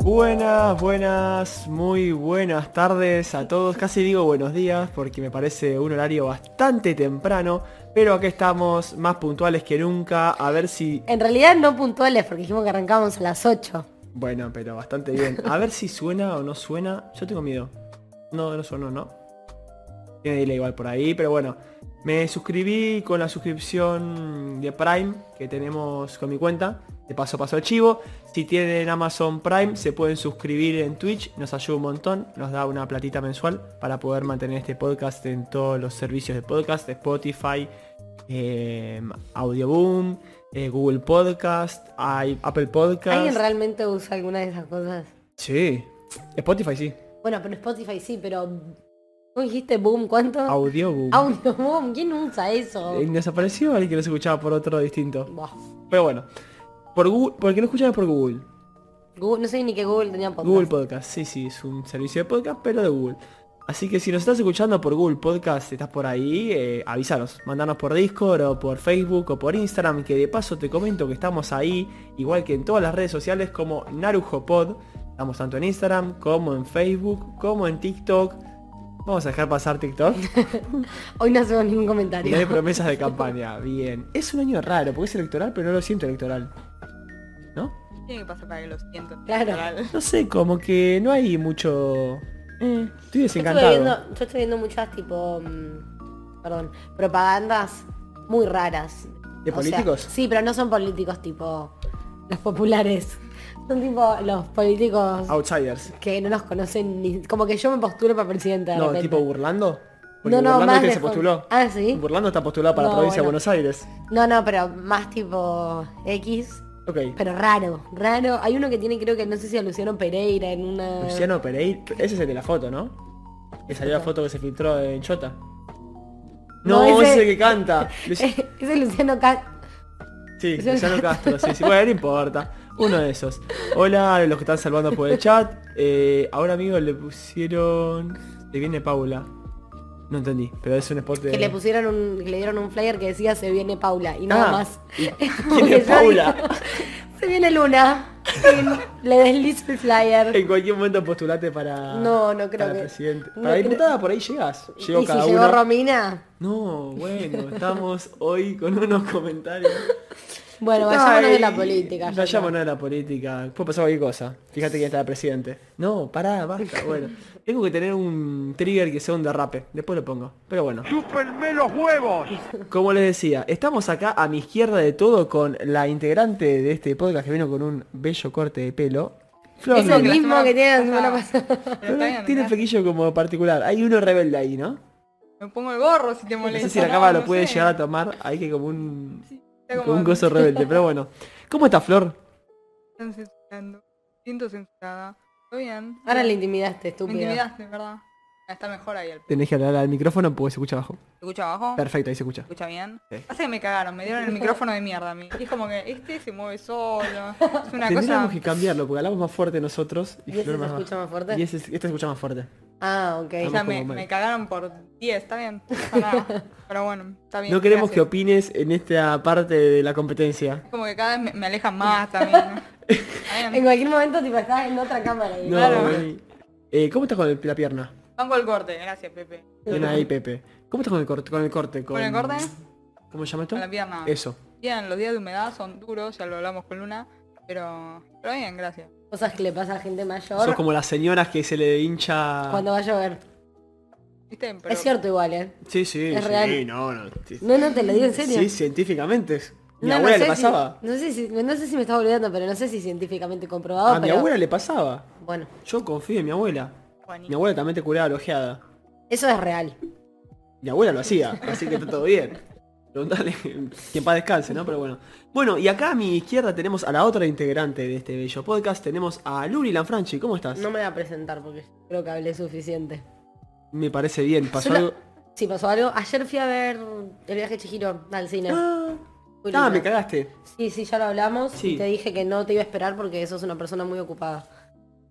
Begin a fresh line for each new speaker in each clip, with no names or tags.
Buenas, buenas, muy buenas tardes a todos. Casi digo buenos días porque me parece un horario bastante temprano, pero aquí estamos más puntuales que nunca. A ver si...
En realidad no puntuales porque dijimos que arrancábamos a las 8.
Bueno, pero bastante bien. A ver si suena o no suena. Yo tengo miedo. No, no suena, no. Tiene delay igual por ahí, pero bueno. Me suscribí con la suscripción de Prime que tenemos con mi cuenta. De paso a paso el chivo. Si tienen Amazon Prime, se pueden suscribir en Twitch. Nos ayuda un montón. Nos da una platita mensual para poder mantener este podcast en todos los servicios de podcast. de Spotify, eh, Audioboom, eh, Google Podcast, i- Apple Podcast.
¿Alguien realmente usa alguna de esas cosas?
Sí. Spotify sí.
Bueno, pero Spotify sí, pero... ¿Cómo dijiste boom? ¿Cuánto?
Audioboom.
Audio boom. ¿Quién usa eso?
Eh, Desapareció alguien que lo escuchaba por otro distinto.
Buah.
Pero bueno. Por Google, porque no escuchaba por Google.
Google- no sé ni que Google tenía podcast.
Google Podcast, sí, sí, es un servicio de podcast, pero de Google. Así que si nos estás escuchando por Google Podcast, estás por ahí, eh, avísanos. Mandanos por Discord o por Facebook o por Instagram, que de paso te comento que estamos ahí, igual que en todas las redes sociales como Narujo Pod. Estamos tanto en Instagram como en Facebook, como en TikTok. Vamos a dejar pasar TikTok.
Hoy no hacemos ningún
No hay
comentario.
promesas de campaña. Bien. Es un año raro, porque es electoral, pero no lo siento electoral. ¿No?
Tiene que pasar para que lo siento.
Claro.
No sé, como que no hay mucho... Eh, estoy
Mm. Yo estuve
desencantado.
viendo- yo estoy viendo muchas tipo... mm, Perdón. Propagandas muy raras.
¿De
O
políticos?
sea, sí, pero no son políticos tipo... Los populares. Son tipo los políticos...
Outsiders.
que no nos conocen ni. Como que yo me postulo para presidenta. de
No,
repente.
tipo burlando. Porque
No, no,
burlando
más
es que
de
se
fondo.
postuló.
Ah, ¿sí?
Burlando está postulado para la
No,
provincia
bueno.
de Buenos Aires.
No, no, pero más tipo X.
Ok.
Pero raro, raro. Hay uno que tiene, creo que no sé si a Luciano Pereira en una.
Luciano Pereira. Ese es el de la foto, ¿no? Que salió la foto que se filtró en Chota. No,
No,
ese...
ese-
es el que canta. Luci-
Ese es Luciano Ca-
Sí,
Luciano
Luciano Castro, sí, sí. Bueno, no importa. Uno de esos. Hola a los que están salvando por el chat. Eh, ahora amigos le pusieron. Se viene Paula. No entendí, pero es un spot de.
Que le pusieron un. que le dieron un flyer que decía se viene Paula. Y nada
Ah,
más.
¿Quién es Paula?
se viene Luna. Y le deslizo el flyer.
En cualquier momento postulate para.
No, no creo
para
que-
presidente.
no
para
creo-
diputada por ahí llegas. Llegó
y si
cada
llegó
uno.
Romina.
No, bueno, estamos hoy con unos comentarios.
Bueno,
Ay,
vayámonos de la política. ya está.
Vayámonos de la política. Puede pasar cualquier cosa. Fíjate quién está de presidente. No, pará, basta. Bueno, tengo que tener un trigger que sea un derrape. Después lo pongo. Pero bueno.
¡Chúpenme los huevos!
Como les decía, estamos acá a mi izquierda de todo con la integrante de este podcast que vino con un bello corte de pelo. Flor
Eso
Luna.
mismo que tiene la semana
Pero tiene flequillo como particular. Hay uno rebelde ahí, ¿no?
Me pongo el gorro si te
No
molesta.
sé si la cámara
no,
lo
no
puede
sé.
llegar a tomar. Hay que como un,
Está
como
como-
un gozo rebelde. Pero bueno. ¿Cómo está Flor?
Están censurando. Siento censurada. Todo bien.
Ahora le intimidaste,
Me
estúpido.
intimidaste, ¿verdad? Ah, Está mejor ahí el... ¿Se
Tenés que hablar al micrófono porque se escucha abajo.
escucha abajo?
Ah.
¿Se
Perfecto, ahí se escucha.
escucha bien?
Sí.
Pasa que me cagaron, me dieron el micrófono de mierda a mí. Y es como que este se mueve solo. Es una cosa...
Tendríamos que cambiarlo porque hablamos más fuerte nosotros y,
¿Y ese
Flor
se
más
escucha
bajo.
más fuerte?
Y ese, este se escucha más fuerte.
Ah, ok.
O sea,
Estamos
me,
como mal.
me cagaron por 10, está bien. No pasa nada. Pero bueno, está bien.
No queremos que
gracias.
opines en esta parte de la competencia.
Como que cada vez me, me alejan más también. Está
En
bien.
cualquier momento tipo estás en otra cámara y
No,
claro.
vení. Eh, ¿Cómo estás con el- la pierna?
Banco el corte, gracias Pepe.
Ven ahí, Pepe. ¿Cómo estás con el corte? Con el corte,
¿Con el corte?
¿Cómo se llama esto?
Con la pierna.
Eso.
Bien, los días de humedad son duros, ya lo hablamos con Luna. Pero, pero bien, gracias.
Cosas que le pasa a la gente mayor
Sos como las señoras que se le hincha...
cuando va a llover.
¿Viste? Pero,
Es cierto igual, ¿eh?
Sí, sí,
Es
sí,
real.
no, no. sí.
No, no, te lo digo en serio.
Sí, científicamente. Mi
No, no
abuela
sé
le
si-
pasaba.
no, sé si, no sé si me estaba olvidando, pero no sé si científicamente comprobado.
A Ah, mi
pero,
abuela le pasaba.
Bueno,
Yo confío en mi abuela. Mi
Juanito.
abuela también te curaba la ojeada.
eso es real.
Mi abuela lo hacía, así que está todo bien. Preguntale que en paz descanse, ¿no? Pero bueno. Bueno, y acá a mi izquierda tenemos a la otra integrante de este bello podcast. Tenemos a Luli Lanfranchi. ¿Cómo estás?
No me voy a presentar porque creo que hablé suficiente.
Me parece bien. Pasó
Solo-
algo.
Sí, pasó algo. Ayer fui a ver el viaje de Chihiro al cine.
Ah,
Fue
ah,
lindo.
me cagaste.
Sí, sí, ya lo hablamos.
Sí.
Y te dije que no te iba a esperar porque sos una persona muy ocupada.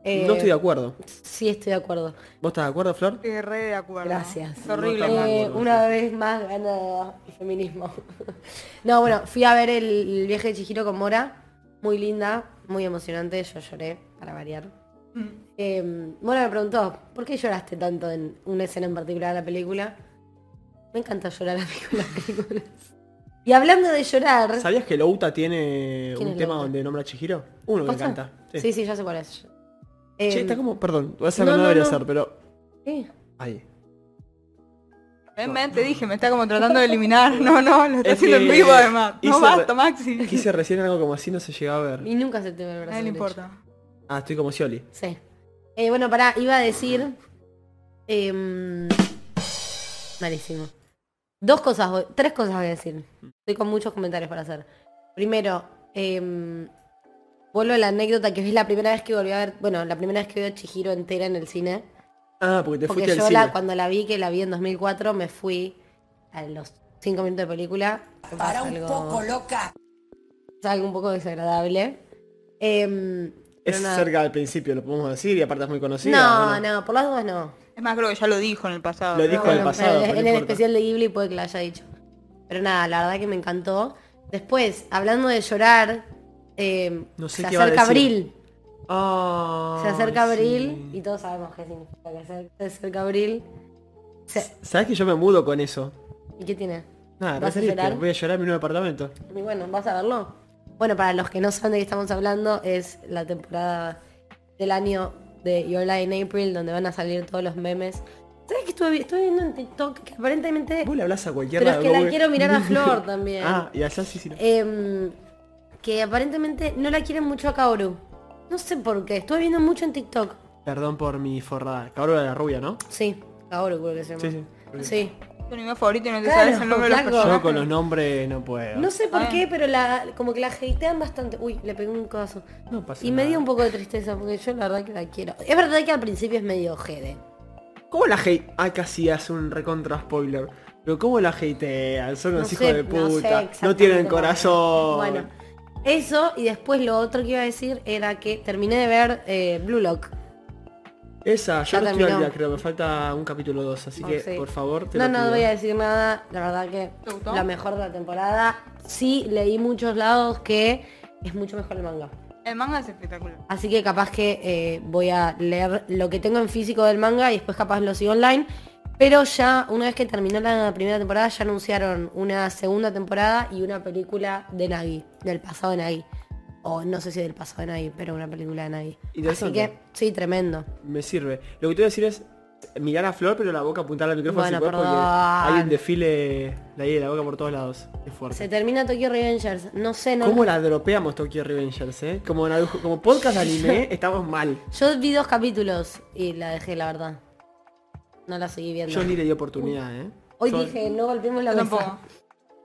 Eh,
No estoy de acuerdo.
Sí, estoy de acuerdo.
¿Vos estás de acuerdo, Flor?
Estoy re de acuerdo.
Gracias.
Es horrible.
No,
Juan.
Eh,
Blanco,
una vez más gana el feminismo. no, bueno, fui a ver el, el viaje de Chihiro con Mora. Muy linda, muy emocionante. Yo lloré, para variar.
Mm.
Eh, Mora me preguntó, ¿por qué lloraste tanto en una escena en particular de la película? Me encanta llorar en las películas. Y hablando de llorar...
¿Sabías que Louta tiene
¿Quién
un
es
tema
Louta?
donde nombra a Chihiro? Uno que
¿Posta?
encanta.
Sí.
Sí.
sí, ya sé cuál es.
Che,
Eh,
está como. Perdón, voy a hacer
no,
lo que no
no,
debería
no.
hacer, pero.
sí.
Ahí.
Ven, ven, te dije, me está como tratando de eliminar. No, no, lo está
Es
haciendo en
que
vivo además. No
hice
basta,
re-
Maxi.
Quise recién algo como así, no se llegaba a ver.
Y nunca se te ve el brazo
A nadie le
derecho.
importa.
Ah, estoy como Scioli.
Sí. Eh, bueno, pará, iba a decir... em, malísimo. Dos cosas, voy- tres cosas voy a decir. Estoy con muchos comentarios para hacer. Primero, em, vuelvo a la anécdota que es la primera vez que volví a ver... Bueno, la primera vez que veo a Chihiro entera en el cine.
Ah, porque te
Porque
fuiste
yo
al
la,
cine.
cuando la vi, que la vi en 2004, me fui a los 5 minutos de película. Para un poco loca. Es algo un poco desagradable. Em, pero
Es
nada.
cerca del principio, lo podemos decir, y aparte es muy conocida.
No,
¿o
no, por las dudas no.
Es más, creo que ya lo dijo en el pasado.
Lo
¿no?
dijo en
Bueno,
el pasado,
pero
pero no
en el
importa.
especial de Ghibli puede que la haya dicho. Pero nada, la verdad que me encantó. Después, hablando de llorar, em,
No sé
se
qué iba a
acerca
decir.
abril.
Ah,
Se acerca
sí.
abril y todos sabemos qué significa que se- se acerca abril. Se-
¿Sabes que yo me mudo con eso?
¿Y qué tiene?
Nada,
¿Vas a
re triste,
llorar?
Voy a llorar en mi nuevo apartamento.
Y bueno, ¿vas a verlo? Bueno, para los que no saben de qué estamos hablando, es la temporada del año de Your Lie in April, donde van a salir todos los memes. ¿Sabes que estuve, vi- estuve viendo en TikTok que aparentemente...
Vos le hablas a cualquier
Pero es que la
Google.
quiero mirar a Flor también.
Ah, y allá sí, sí. no.
Em, que aparentemente no la quieren mucho a Kaoru. No sé por qué, estuve viendo mucho en TikTok.
Perdón por mi forrada. Cabrón de la rubia, ¿no?
Sí, Kaoru creo que se llama.
Sí, sí.
Sí.
Tu anime favorito y no te
Claro,
sabes el nombre de los
flaco.
personajes.
Yo con los nombres no puedo.
No sé por
Ah.
qué, pero la, como que la hatean bastante. Uy, le pegué un codazo.
No pasa
Y me dio
nada.
un poco de tristeza porque yo la verdad que la quiero. Es verdad que al principio es medio jede.
¿Cómo la hate? Ah, casi hace un recontra spoiler. Pero ¿cómo la hatean? Son unos hijos de
no sé
puta. No,
exactamente
tienen
por qué.
corazón.
Bueno, eso y después lo otro que iba a decir era que terminé de ver eh, Blue Lock.
Esa, yo
Ya
no estoy al
terminó.
día, creo. Me falta un capítulo 2, así
Oh,
que
sí.
por favor te
No,
lo
no
pido.
voy a decir nada. La verdad que
¿Te gustó?
la mejor de la temporada. Sí, leí muchos lados que es mucho mejor el manga.
El manga es espectacular.
Así que capaz que eh, voy a leer lo que tengo en físico del manga y después capaz lo sigo online. Pero ya, una vez que terminó la primera temporada, ya anunciaron una segunda temporada y una película de Nagi, del pasado de Nagi. O no sé si del pasado de Nagi, pero una película de Nagi. Así
Interesante.
que, sí, tremendo.
Me sirve. Lo que te voy a decir es mirar a Flor, pero la boca apuntar al micrófono
Bueno,
si podés, porque
perdón.
hay un desfile la idea de la boca por todos lados. Es fuerte.
Se termina Tokyo Revengers. No sé, no...
¿Cómo la dropeamos Tokyo Revengers, eh? Como, Narujo- como podcast de anime, estamos mal.
Yo vi dos capítulos y la dejé, la verdad. No la seguí viendo.
Yo ni le di oportunidad, eh.
Hoy
Yo-
dije, no golpeemos la
Yo
mesa.
tampoco.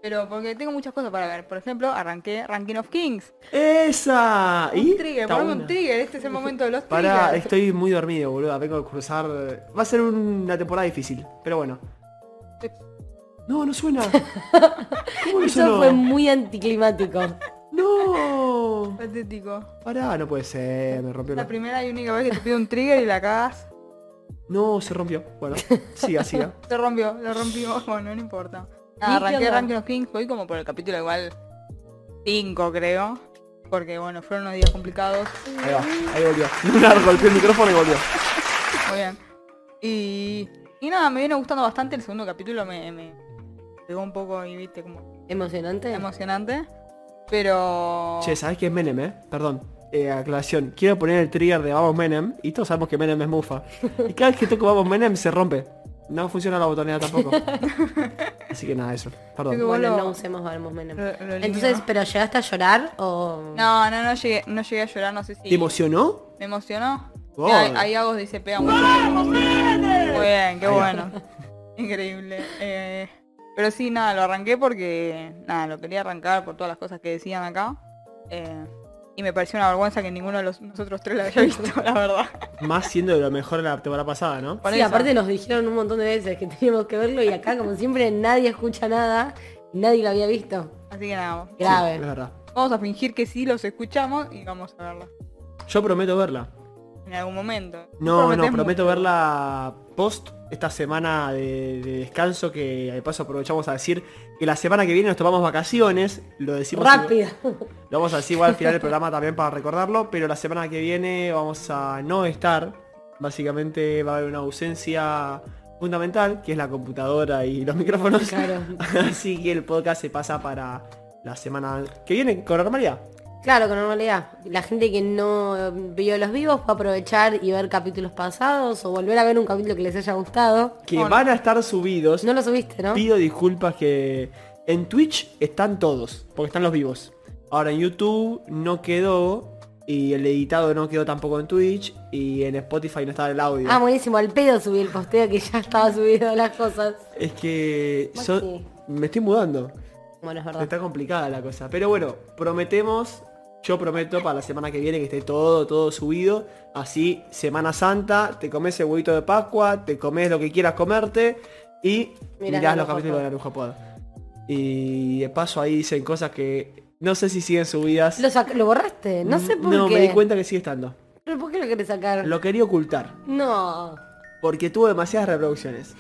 Pero porque tengo muchas cosas para ver. Por ejemplo, arranqué Ranking of Kings.
¡Esa! ¿Y?
Un trigger,
Está
ponme un
una.
trigger. Este es el momento de los
Pará,
triggers.
estoy muy dormido, boludo. Vengo a cruzar. Va a ser una temporada difícil, pero bueno. No, no suena. ¿Cómo no
Eso fue
suena?
muy anticlimático.
No.
Patético.
Pará, no puede ser, me rompió
La
la...
primera y única vez que te pido un trigger y la cagas.
No, se rompió. Bueno, siga, siga.
Se rompió, lo rompimos. Bueno, no importa.
¿Y
Nada,
qué
arranqué
onda?
Ranking of Kings. Voy como por el capítulo igual 5, creo. Porque bueno, fueron unos días complicados.
Ahí va, ahí volvió. Luna golpeó el micrófono y volvió.
Muy bien. Y, y nada, me viene gustando bastante. El segundo capítulo me, me pegó un poco y viste como
¿Emocionante?
emocionante. Pero...
Che, ¿sabés qué es Menem, eh? Perdón. Eh, aclaración. Quiero poner el trigger de Vamos Menem y todos sabemos que Menem es mufa. Y cada vez que toco Vamos Menem se rompe. No funciona la botonera tampoco. Así que nada, eso. Perdón.
Pero
Bueno,
bueno,
no usemos Vamos Menem.
lo- lo eliminó.
Entonces, ¿pero llegaste a llorar o...?
No, no, no llegué, no llegué a llorar, no sé si...
¿Te emocionó?
Me emocionó.
Oh.
Sí, Ahí ahí Agos dice, pega mucho. Muy bien, qué
Ahí va.
bueno. Increíble. Eh, pero sí, nada, lo arranqué porque, nada, lo quería arrancar por todas las cosas que decían acá. Eh, y me pareció una vergüenza que ninguno de los, nosotros tres la haya visto, la verdad.
Más siendo de lo mejor de la temporada pasada, ¿no?
Por
sí,
eso.
aparte nos dijeron un montón de veces que teníamos que verlo y acá, como siempre, nadie escucha nada y nadie lo había visto.
Así que nada,
Sí,
Grave.
es verdad.
vamos a fingir que sí los escuchamos y vamos a verla.
Yo prometo verla.
En algún momento.
No, no,
Prometemos.
prometo verla post esta semana de, de descanso que de paso aprovechamos a decir que la semana que viene nos tomamos vacaciones, lo decimos
Rápido.
Lo vamos a decir igual al final del programa también para recordarlo, pero la semana que viene vamos a no estar. Básicamente va a haber una ausencia fundamental, que es la computadora y los micrófonos.
Claro.
Así que el podcast se pasa para la semana que viene con normalidad.
Claro, con normalidad. La gente que no eh, vio los vivos puede aprovechar y ver capítulos pasados o volver a ver un capítulo que les haya gustado.
Que
Hola.
van a estar subidos.
No lo subiste, ¿no?
Pido disculpas que en Twitch están todos, porque están los vivos. Ahora en YouTube no quedó y el editado no quedó tampoco en Twitch y en Spotify no estaba el audio.
Ah, buenísimo, al pedo subí el posteo que ya estaba subido las cosas.
Es que
Maxi.
son- me estoy mudando.
Bueno, es verdad.
Está complicada la cosa. Pero bueno, prometemos, yo prometo para la semana que viene que esté todo, todo subido. Así, Semana Santa, te comes el huevito de Pascua, te comes lo que quieras comerte y
Mirás
mirás
la
los
Aruja
capítulos de
Pod.
la Aruja Pod. Y de paso ahí dicen cosas que no sé si siguen subidas.
Lo, sac- lo borraste, no sé por
No,
qué.
me di cuenta que sigue estando.
¿Pero por qué lo querés sacar?
Lo quería ocultar.
No.
Porque tuvo demasiadas reproducciones.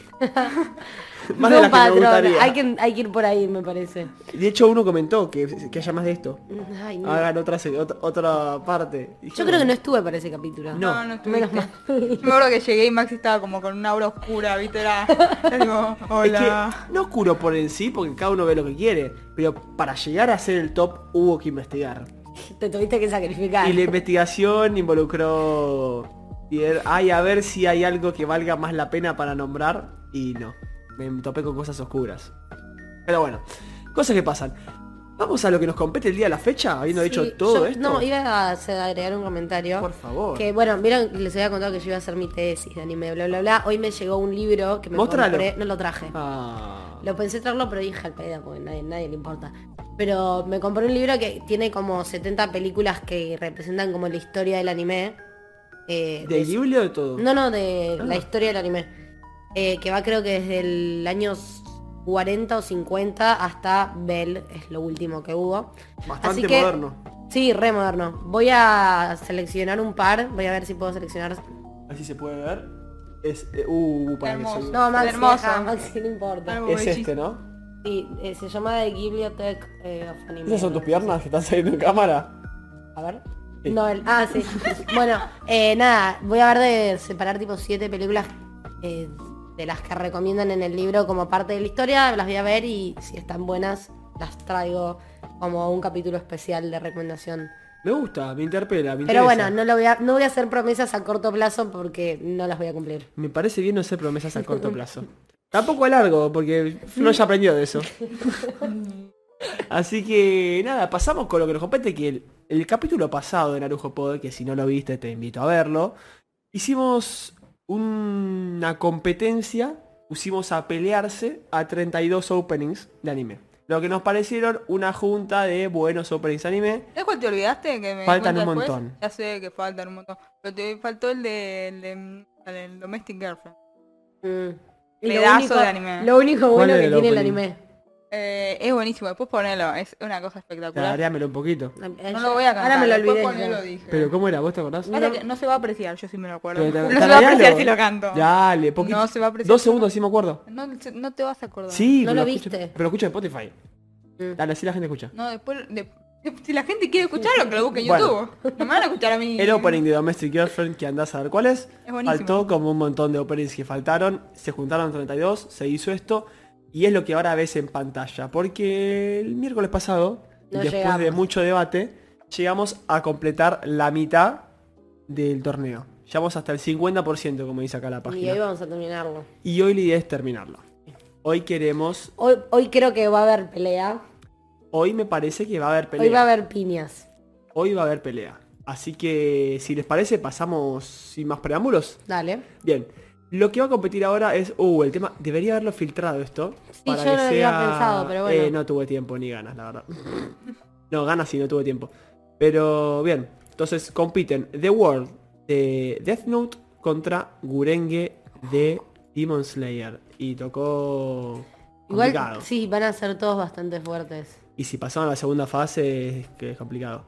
Más de las que
no,
me
patrón,
gustaría.
Hay que, hay que ir por ahí, me parece.
De hecho, uno comentó que, que haya más de esto.
Ay, no.
Hagan otra, se- otra, otra parte. Y
Yo creo que no estuve para ese capítulo.
No.
No, no estuviste.
Menos mal.
Yo me acuerdo que llegué y Maxi estaba como con una aura oscura, ¿viste? Era, era como,
Es
hola.
que no oscuro por en sí, porque cada uno ve lo que quiere. Pero para llegar a ser el top hubo que investigar.
Te tuviste que sacrificar.
Y la investigación involucró... y er- Ay, a ver si hay algo que valga más la pena para nombrar. Y no. Me topé con cosas oscuras. Pero bueno, cosas que pasan. Vamos a lo que nos compete el día de la fecha, habiendo
Sí,
dicho todo
yo-
esto.
No, iba a hacer- agregar un comentario.
Por favor.
Que bueno, vieron, que les había contado que yo iba a hacer mi tesis de anime, bla, bla, bla. Hoy me llegó un libro que me
Mostralo.
compré. No lo traje.
Ah.
Lo pensé traerlo, pero dije al pedo, porque nadie, nadie le importa. Pero me compré un libro que tiene como 70 películas que representan como la historia del anime. Eh,
¿De
de-
Ghibli o de todo?
No, no, de
Ah.
la historia del anime. Eh, que va creo que desde el año 40 o 50 hasta Bell, es lo último que hubo.
Bastante
Así que-
moderno.
Sí, re moderno. Voy a seleccionar un par, voy a ver si puedo seleccionar.
Así se puede ver. Es. eh, uh, para que
Hermoso.
se-
No, Maxi,
Hermoso.
deja, Maxi, no importa.
Algo
Es
belliz-
este, ¿no?
Sí, eh, se llama The Bibliothèque eh, of Anime.
¿Esas son tus piernas que están saliendo en cámara?
A ver.
Sí.
No, el- ah, sí. bueno, eh, nada, voy a ver de separar tipo siete películas eh, de las que recomiendan en el libro como parte de la historia, las voy a ver y si están buenas las traigo como un capítulo especial de recomendación.
Me gusta, me interpela, me interesa.
Pero bueno, no, lo voy a, no voy a hacer promesas a corto plazo porque no las voy a cumplir.
Me parece bien no hacer promesas a corto plazo. Tampoco a largo, porque Flo ya aprendió de eso. Así que nada, pasamos con lo que nos compete, que el, el capítulo pasado de Narujo Pod, que si no lo viste te invito a verlo, hicimos una competencia, pusimos a pelearse a 32 openings de anime. Lo que nos parecieron una junta de buenos openings de anime.
¿Sabes cuál te olvidaste? Que me di
Faltan
cuenta
un
después.
montón.
Ya sé que faltan un montón. Pero te faltó el de, el de- el del Domestic Girlfriend.
Mm. Y lo
Pedazo
único-
de anime.
Lo único
¿Cuál
bueno
era
que
el
tiene el
opening?
anime.
Eh, es buenísimo, después ponelo, es una cosa espectacular.
Tarareámelo un poquito.
no lo voy a cantar,
Ahora me lo
después
olvidé.
ponelo,
ya.
dije.
Pero ¿cómo era? ¿Vos te acordás?
Pasa que no se va a apreciar, yo sí me lo acuerdo.
Pero
No
te-
se va a
tararealo.
apreciar si lo canto.
Dale, poquito.
No se va a apreciar.
Dos segundos sí me acuerdo.
No, se- no te vas a acordar.
Sí,
No
pero
lo
escucho-
viste.
pero lo escucho en Spotify.
Mm.
Dale, así la gente escucha.
No, después... de- si la gente quiere escucharlo, que lo busque en
Bueno.
YouTube. No me van a escuchar a mí.
El opening de Domestic Girlfriend, que andás a ver cuál es,
Es buenísimo.
faltó como un montón de openings que faltaron, se juntaron 32, se hizo esto, y es lo que ahora ves en pantalla, porque el miércoles pasado Y
No
después
llegamos.
de mucho debate, llegamos a completar la mitad del torneo. Llegamos hasta el 50%, como dice acá la
Y hoy
página.
vamos a terminarlo.
Y hoy la idea es terminarlo. Hoy queremos...
Hoy, hoy creo que va a haber pelea.
Hoy me parece que va a haber pelea.
Hoy va a haber piñas.
Hoy va a haber pelea. Así que, si les parece, pasamos sin más preámbulos.
Dale.
Bien. Lo que va a competir ahora es... Uh, el tema... Debería haberlo filtrado esto.
Sí, yo lo había pensado, pero bueno.
Eh, no tuve tiempo ni ganas, la verdad. no, ganas sí, no tuve tiempo. Pero bien. Entonces compiten The World de Death Note contra Gurenge de Demon Slayer. Y tocó...
Igual,
Complicado.
sí, van a ser todos bastante fuertes.
Y si pasaban a la segunda fase, es que es complicado.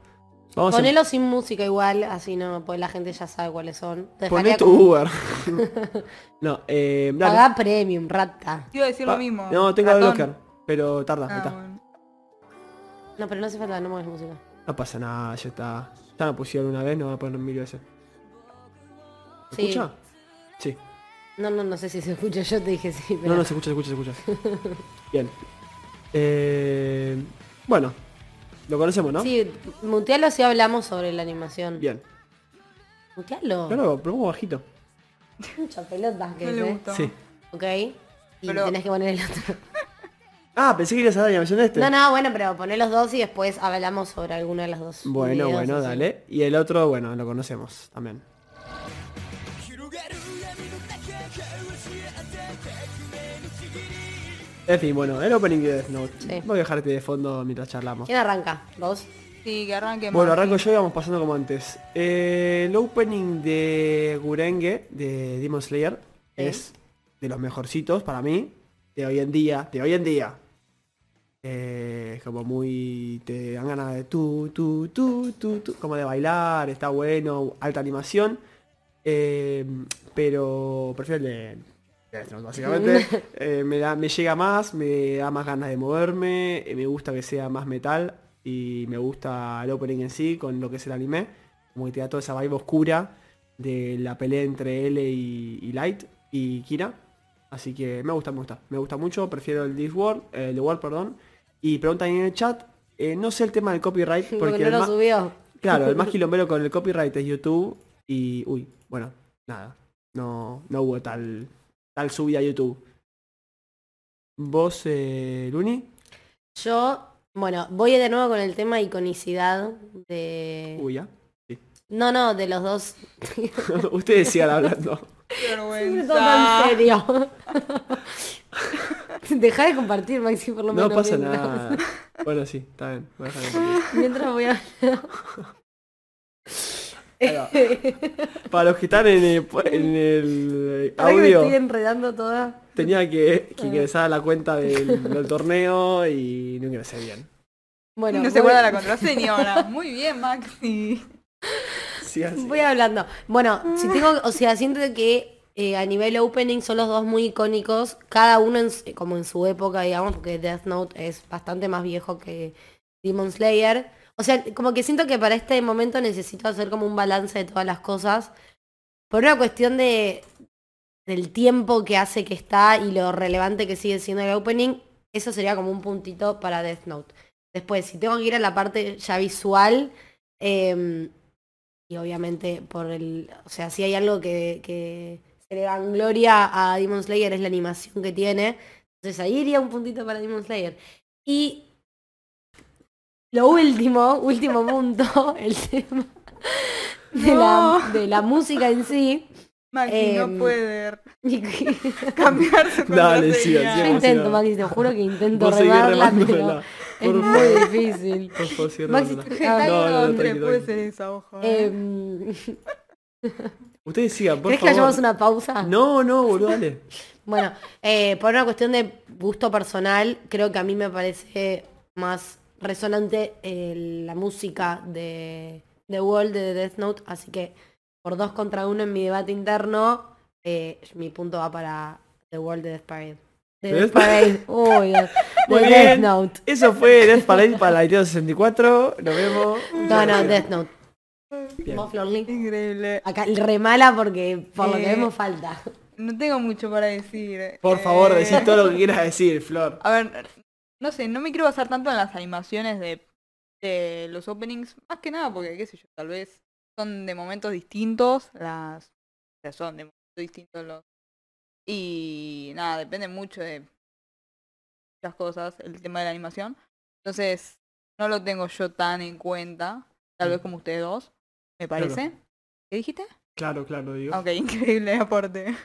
Vamos a em-
Ponelo sin música igual, así no, pues la gente ya sabe cuáles son. Te
Poné
dejaría
tu
como-
Uber. no, eh, dale.
Pagá premium, rata.
Te iba a decir
Pa-
lo mismo.
Ah, No, tengo el
ratón.
blocker. Pero tarda,
Ah,
ahí está.
bueno.
No, pero no hace falta, no mueves música.
No pasa nada, ya está. Ya lo pusieron una vez, no va a poner mil veces. ¿Se
Sí.
escucha? Sí.
No, no, no sé si se escucha, yo te dije sí, pero...
No, no, se escucha, se escucha, se escucha. Bien. Eh, bueno. Lo conocemos, ¿no?
Sí, mutealo si hablamos sobre la animación.
Bien.
Mutealo.
Claro, pero como bajito.
Mucha pelota que
No
es,
le
eh.
gustó.
Sí.
Ok. Y
Pero-
tenés que poner el otro.
Ah, pensé que ibas a dar la versión de este.
No, no, bueno, pero poné los dos y después hablamos sobre alguno de los dos.
Bueno,
videos,
bueno,
así.
dale. Y el otro, bueno, lo conocemos también. En fin, bueno, el opening de Death Note.
Sí.
Voy a dejarte de fondo mientras charlamos.
¿Quién arranca? ¿Vos?
Sí, que arranque
Bueno,
Martín.
arranco yo y vamos pasando como antes. Eh, el opening de Gurenge, de Demon Slayer, es de los mejorcitos para mí, de hoy en día, de hoy en día. Eh, Es como muy... te dan ganas de tú, tú, tú, tú, tú, como de bailar, está bueno, alta animación. Eh, pero prefiero el de... Death Note, Básicamente Eh, me, da- me llega más, me da más ganas de moverme, eh, me gusta que sea más metal y me gusta el opening en sí con lo que es el anime, como que te da toda esa vibe oscura de la pelea entre L y, y Light y Kira. Así que me gusta, me gusta, me gusta mucho, prefiero el This World, eh, el The World, perdón. Y preguntan ahí en el chat, eh, no sé el tema del copyright,
Porque,
porque
no
el
lo
ma-
subió.
Claro, el más quilombero con el copyright es YouTube y. Uy, bueno, nada. No, no hubo tal, tal subida a YouTube. ¿Vos, eh, Luni?
Yo, bueno, voy de nuevo con el tema iconicidad de...
Uy, ya.
No, no, de los dos.
Ustedes sigan hablando.
Qué
Siempre todo tan
vergüenza.
serio. Deja de compartir, Maxi, por lo
No
menos.
pasa
mientras-
nada. Bueno, sí, está bien. voy a dejar de compartir.
Mientras voy a...
Para los que están en el, en el
Ay, me estoy Ah.
audio,
enredando toda.
tenía que, que ingresar a la cuenta del, del torneo y no ingresé bien.
Bueno,
no se
voy-
guarda la contraseña ahora. Muy bien, Maxi.
Sigan, sigan.
Voy hablando. Bueno, si tengo, o sea, siento que eh, a nivel opening son los dos muy icónicos, cada uno en su- como en su época, digamos, porque Death Note es bastante más viejo que Demon Slayer. O sea, como que siento que para este momento necesito hacer como un balance de todas las cosas. Por una cuestión de del tiempo que hace que está y lo relevante que sigue siendo el opening, eso sería como un puntito para Death Note. Después, si tengo que ir a la parte ya visual, em, y obviamente por el. O sea, si hay algo que, que se le gloria a Demon Slayer es la animación que tiene. Entonces ahí iría un puntito para Demon Slayer. Y lo último, último punto, el tema de, la,
No.
de la música en sí.
Maxi
Em,
no puede
Y que-
cambiar su contraseña.
Dale, sigan,
Yo
sigan.
intento,
emocionado.
Maxi, te juro que intento
Vos seguís
remarla, pero
remándola,
es
por
muy
favor.
difícil.
Por favor, sigan
Maxi,
remándola.
Está
Ah, No, no, no,
entre,
tranqui,
puede
tranqui.
ser pues, esa, ojo. eh.
Em,
Ustedes sigan, por
¿Crees que
favor.
hagamos una pausa?
No, no, boludo, dale.
Bueno, eh, por una cuestión de gusto personal, creo que a mí me parece más resonante eh, la música de The Wall de Death Note, así que por dos contra uno en mi debate interno, eh, mi punto va para The Wall de Death Parade. De Death
Death
Parade, uy, Dios.
Muy
de Death
bien.
Note.
Eso fue Death Parade para la Nintendo 64. Nos vemos.
No, no, Death Note.
Bien.
Vos, Flor Lee.
¿eh? Increíble.
Acá re mala porque por lo que
Eh,
vemos falta.
No tengo mucho para decir.
Por favor,
eh.
decís todo lo que quieras decir, Flor.
A ver, no sé, no me quiero basar tanto en las animaciones de de los openings, más que nada porque, qué sé yo, tal vez son de momentos distintos, las... O sea, son de momentos distintos los... Y nada, depende mucho de muchas cosas, el tema de la animación. Entonces, no lo tengo yo tan en cuenta, tal vez como ustedes dos, me
Claro.
parece. ¿Qué dijiste?
Claro, claro, digo.
Ok, increíble aporte.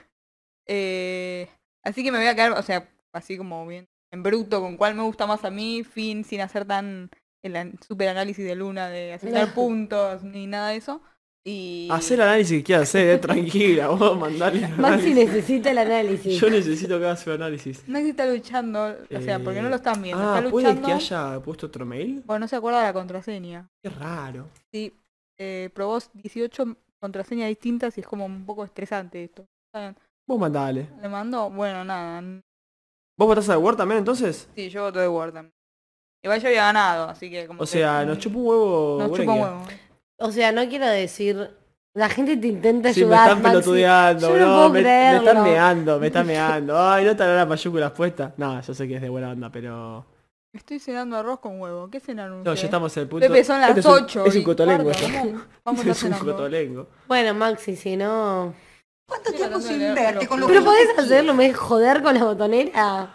Eh, así que me voy a quedar, o sea, así como bien en bruto, con cuál me gusta más a mí, fin, sin hacer tan el an- super análisis de Luna, de asignar puntos, ni nada de eso. Y...
Hacer el análisis que quieras hacer, eh, tranquila, vos mandale. el
Maxi
análisis.
necesita el análisis.
Yo necesito que hagas su análisis.
No es que está luchando, o sea, porque no
Eh,
lo están viendo,
Ah,
está
¿puede
luchando.
que haya puesto otro mail?
Bueno, no se acuerda de la contraseña.
Qué raro.
Sí, eh, probó 18 contraseñas distintas y es como un poco estresante esto. ¿Saben?
Vos mandale.
Le mando, bueno, nada,
¿Vos votás a Word también entonces?
Sí, yo voto de Ward también. Igual yo había ganado, así que como
O
que-
sea, nos chupa un huevo.
Nos
Gorenga.
chupa un huevo.
O sea, no quiero decir. La gente te intenta
Sí, me
ayudar.
están
Maxi.
pelotudeando,
Yo no
bro.
puedo
me, me
creerlo.
están meando, me están meando. Ay, no te las mayúsculas puestas. No, yo sé que es de buena onda, pero.
Estoy cenando arroz con huevo. ¿Qué cenaron
No,
ustedes?
ya estamos en el punto.
Pepe, son las
Este es un-
8.
Es un cotolengo esto.
Vamos, vamos a
Es un
cenar.
cotolengo.
Bueno, Maxi, si no.
¿Cuánto
Estoy
tiempo
tratando de
sin
leer
verte
los
con lo
Pero
que-
podés hacerlo, me joder con la botonera.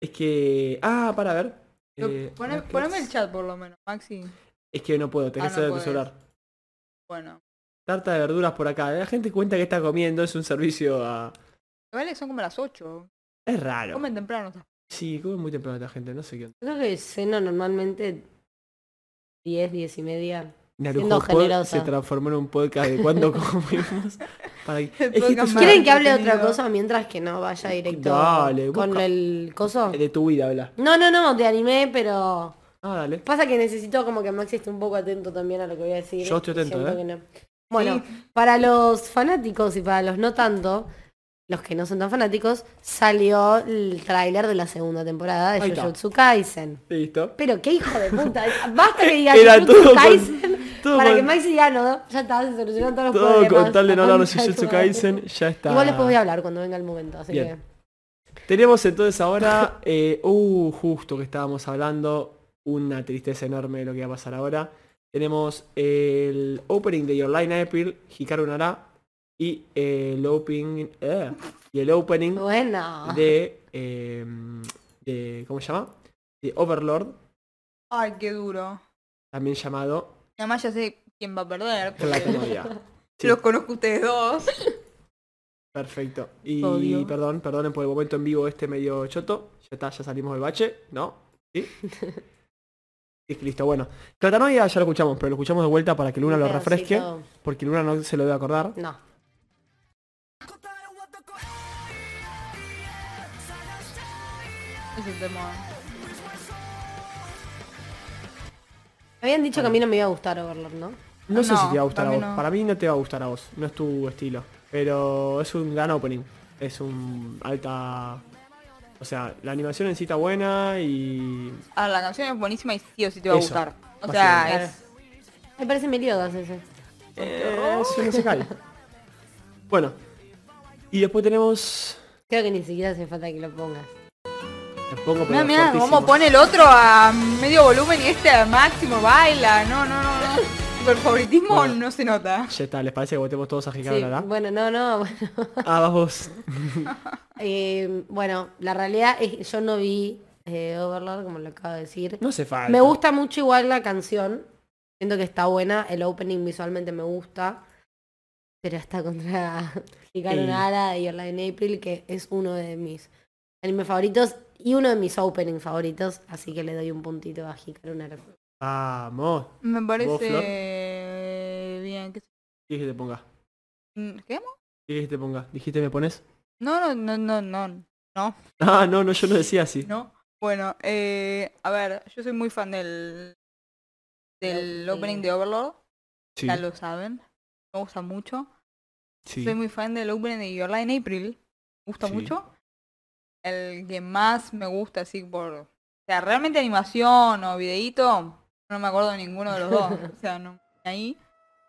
Es que. Ah, para ver. Eh,
Poneme,
no, que-
poneme el chat por lo menos, Maxi.
Es que no puedo, tenés
Ah,
que
no
hacer tu
podés.
celular.
Bueno.
Tarta de verduras por acá. La gente cuenta que está comiendo, es un servicio a.
Vale, son como las 8.
Es raro.
Comen temprano. estas-
Sí, come muy temprano esta gente, no sé qué onda.
Creo que ceno normalmente 10, 10 y media.
Narujo
Siendo
Pod
generosa.
se transformó en un podcast de cuando comimos. Para... Es que
El
esto es
podcast
una-
más-
¿Quieren que hable de otra
entretenido.
cosa mientras que no vaya directo
Dale,
con
busca- Eh,
el coso?
de tu vida, habla.
No, no, no, te animé, pero
Ah, dale.
pasa que necesito como que Maxi esté un poco atento también a lo que voy a decir.
Yo estoy
y
atento,
siento
¿eh?
que no. Bueno, para los fanáticos y para los no tanto, los que no son tan fanáticos, salió el tráiler de la segunda temporada de
Ahí está.
Jujutsu Kaisen.
Listo.
Pero qué hijo de puta, basta que digas
Era
Jujutsu
todo con-
Kaisen
todo
para
con-
que Maxi diga no, ya está, se solucionaron todos los
Todo
problemas.
con tal de no
la
hablar de
concha tu
Jujutsu
madre.
Kaisen, ya está.
Igual después voy a hablar cuando venga el momento, así
Bien. Tenemos entonces ahora, eh, uh, justo que estábamos hablando, una tristeza enorme de lo que va a pasar ahora. Tenemos el opening de Your Line April, Hikaru Nara, y el opening, eh, y el opening
que... Bueno.
de, eh, de- ¿cómo se llama? De Overlord,
Ay, qué duro.
también llamado
Además ya sé quién va a perder.
La
porque
Comedia. Sí.
Los conozco a ustedes dos.
Perfecto. Y
Odio.
perdón, perdonen por el momento en vivo este medio choto. Ya está, ya salimos del bache, ¿no? ¿Sí? Sí, listo, bueno. Clatanoia ya lo escuchamos, pero lo escuchamos de vuelta para que Luna lo
Un
refresque,
pedacito.
porque Luna no se lo debe acordar.
No.
Ese tema.
Habían dicho que a mí no me iba a gustar Overlord, ¿no?
No, sé
No,
si te va a gustar a
para mí
vos.
no.
Para mí no te va a gustar a vos, no es tu estilo. Pero es un gran opening. Es un alta... O sea, la animación en sí está buena y...
Ah, la canción es buenísima y sí o sí te va a
Eso,
gustar. O
básicamente.
sea, es...
Me parece Meliodas ese.
Eh, Es un musical. bueno. Y después tenemos...
Creo que ni siquiera hace falta que lo pongas.
Lo pongo, pero
Mira, mira,
fortísimo.
cómo pone el otro a medio volumen y este a máximo baila. No, no, no, no. Por favoritismo
Bueno.
no se nota.
Ya está, ¿les parece que votemos todos a Hikaru
Sí,
Nara?
bueno, no, no, bueno.
Ah, vas vos.
Eh, bueno, la realidad es que yo no vi eh, Overlord, como lo acabo de decir.
No hace falta.
Me gusta mucho igual la canción. Siento que está buena. El opening visualmente me gusta. Pero está contra Hikaru
Eh.
Nara y Orla en April, que es uno de mis animes favoritos y uno de mis openings favoritos. Así que le doy un puntito a Hikaru Nara.
Vamos.
Me
¿Vos, Flor?
parece bien. ¿Qué, Mm,
Dije que te ponga.
¿Qué?
Dije que te ponga. Dijiste me pones.
No, no, no, no, no.
Ah, no, no, yo no decía así.
No. Bueno, eh, a ver, yo soy muy fan del del
Del
opening de Overlord,
Sí,
ya lo saben. Me gusta mucho.
sí.
Soy muy fan del opening de Your Lie in April. Me gusta
Sí.
mucho. El que más me gusta así por. O sea, realmente animación o videíto. No me acuerdo de ninguno de los dos. o sea, no ahí.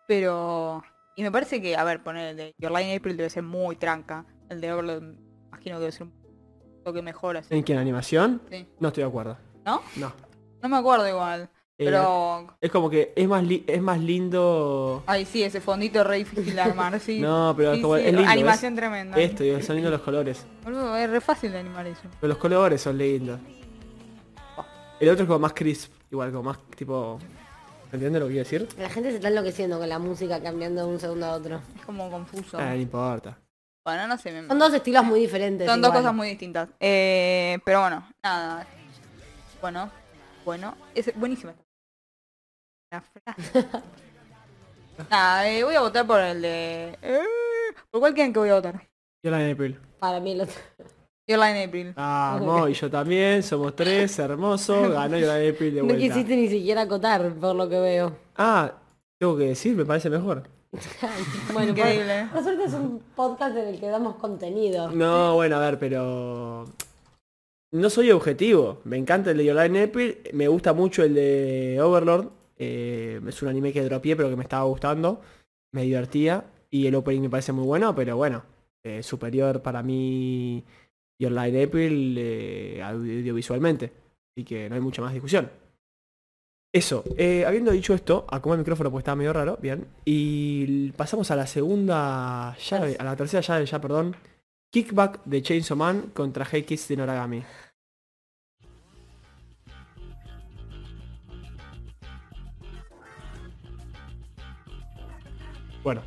Pero. Y me parece que, a ver, poner el de Your Lie in April debe ser muy tranca. El de Overlord imagino que debe ser un toque mejor así.
¿En qué? ¿En animación?
Sí.
No estoy de acuerdo.
¿No?
No.
No me acuerdo igual.
Eh,
Pero...
Es como que es más, li- es más lindo...
Ay, sí, ese fondito es re difícil de armar, sí.
No, pero
Sí,
como
sí,
es este. lindo,
Animación
es-
tremenda.
Esto, digo, son lindos los colores.
Boludo, es re fácil de animar eso.
Pero los colores son lindos. El otro es como más crisp, igual, como más tipo... ¿Entiendes lo que quiero decir?
La gente se está enloqueciendo con la música cambiando de un segundo a otro.
Es como confuso.
Ah, no importa.
Bueno, no sé. me-
Son dos estilos muy diferentes.
Son dos
igual.
cosas muy distintas. Eh, pero bueno, nada. Bueno, bueno. Es buenísima esta- la frase. nada, eh, voy a votar por el de... eh, ¿Por cuál quieren que voy a votar?
Yo la en April.
Para mí el otro.
Airline April.
Vamos, y yo también, somos tres, hermoso, ganó yo la de April de
No
vuelta.
quisiste ni siquiera acotar, por lo que veo.
Ah, tengo que decir, me parece mejor.
Bueno,
Increíble.
por, por suerte es un podcast en el que damos contenido.
No, bueno, a ver, pero... No soy objetivo. Me encanta el de Yolanda April, me gusta mucho el de Overlord. eh, es un anime que dropié, pero que me estaba gustando. Me divertía. Y el opening me parece muy bueno, pero bueno. eh, superior para mí Your Line April eh, audiovisualmente. Así que no hay mucha más discusión. Eso, eh, habiendo dicho esto, acomodé el micrófono porque estaba medio raro, bien. Y l- pasamos a la segunda llave, a la tercera llave ya, perdón. Kickback de Chainsaw Man contra Hey Kids de Noragami. Bueno,